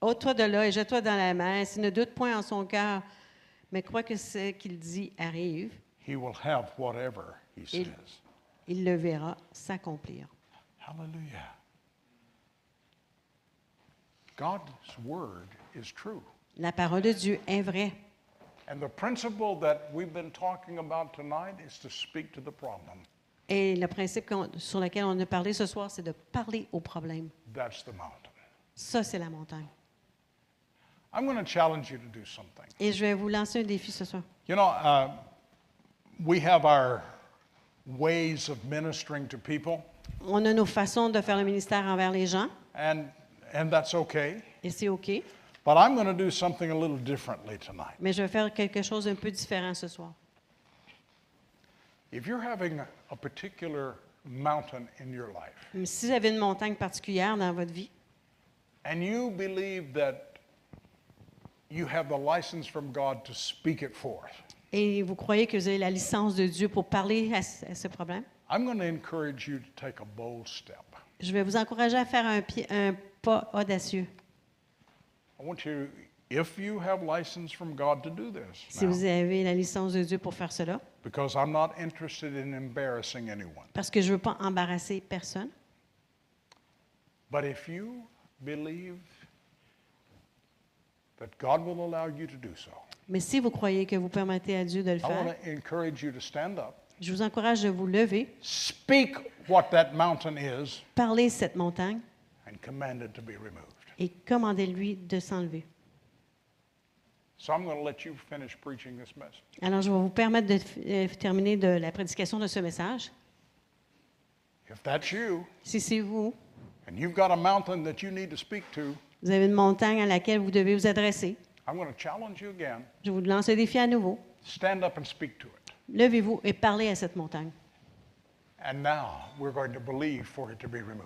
ôte-toi de là et jette-toi dans la mer, s'il ne doute point en son cœur, mais croit que ce qu'il dit arrive, he will have whatever he says. il le verra s'accomplir. Hallelujah. God's word is true. La parole de Dieu est vraie. And the principle that we've been talking about tonight is to speak to the problem. Et le principe qu'on- sur lequel on a parlé ce soir, c'est de parler au problème. That's the mountain. Ça, c'est la montagne. I'm going to challenge you to do something. Et je vais vous lancer un défi ce soir. You know, uh, we have our ways of ministering to people, On a nos façons de faire le ministère envers les gens, and, and that's okay. et c'est OK, But I'm going to do something a little differently tonight. mais je vais faire quelque chose d'un peu différent ce soir. If you're having a particular mountain in your life, Mais Si vous avez une montagne particulière dans votre vie and you believe that you have the license from God to speak it forth, et vous croyez que vous avez la licence de Dieu pour parler à, ce- à ce problème, I'm going to encourage you to take a bold step. je vais vous encourager à faire un, pied- un pas audacieux. I want you, if you have license from God to do this, Si now, vous avez la licence de Dieu pour faire cela, because I'm not interested in embarrassing anyone. parce que je ne veux pas embarrasser personne, But if you believe that God will allow you to do so, mais si vous croyez que vous permettez à Dieu de le I faire, want to encourage you to stand up, je vous encourage de vous lever, speak what that mountain is, parler cette montagne and command it to be removed. et commandez-lui de s'enlever. So I'm going to let you finish preaching this message. Alors, je vais vous permettre de euh, terminer de la prédication de ce message. If that's you, Si c'est vous, and you've got a mountain that you need to speak to, vous avez une montagne à laquelle vous devez vous adresser, I'm going to challenge you again. je vous lance le défi à nouveau. Stand up and speak to it. Levez-vous et parlez à cette montagne. And now we're going to believe for it to be removed.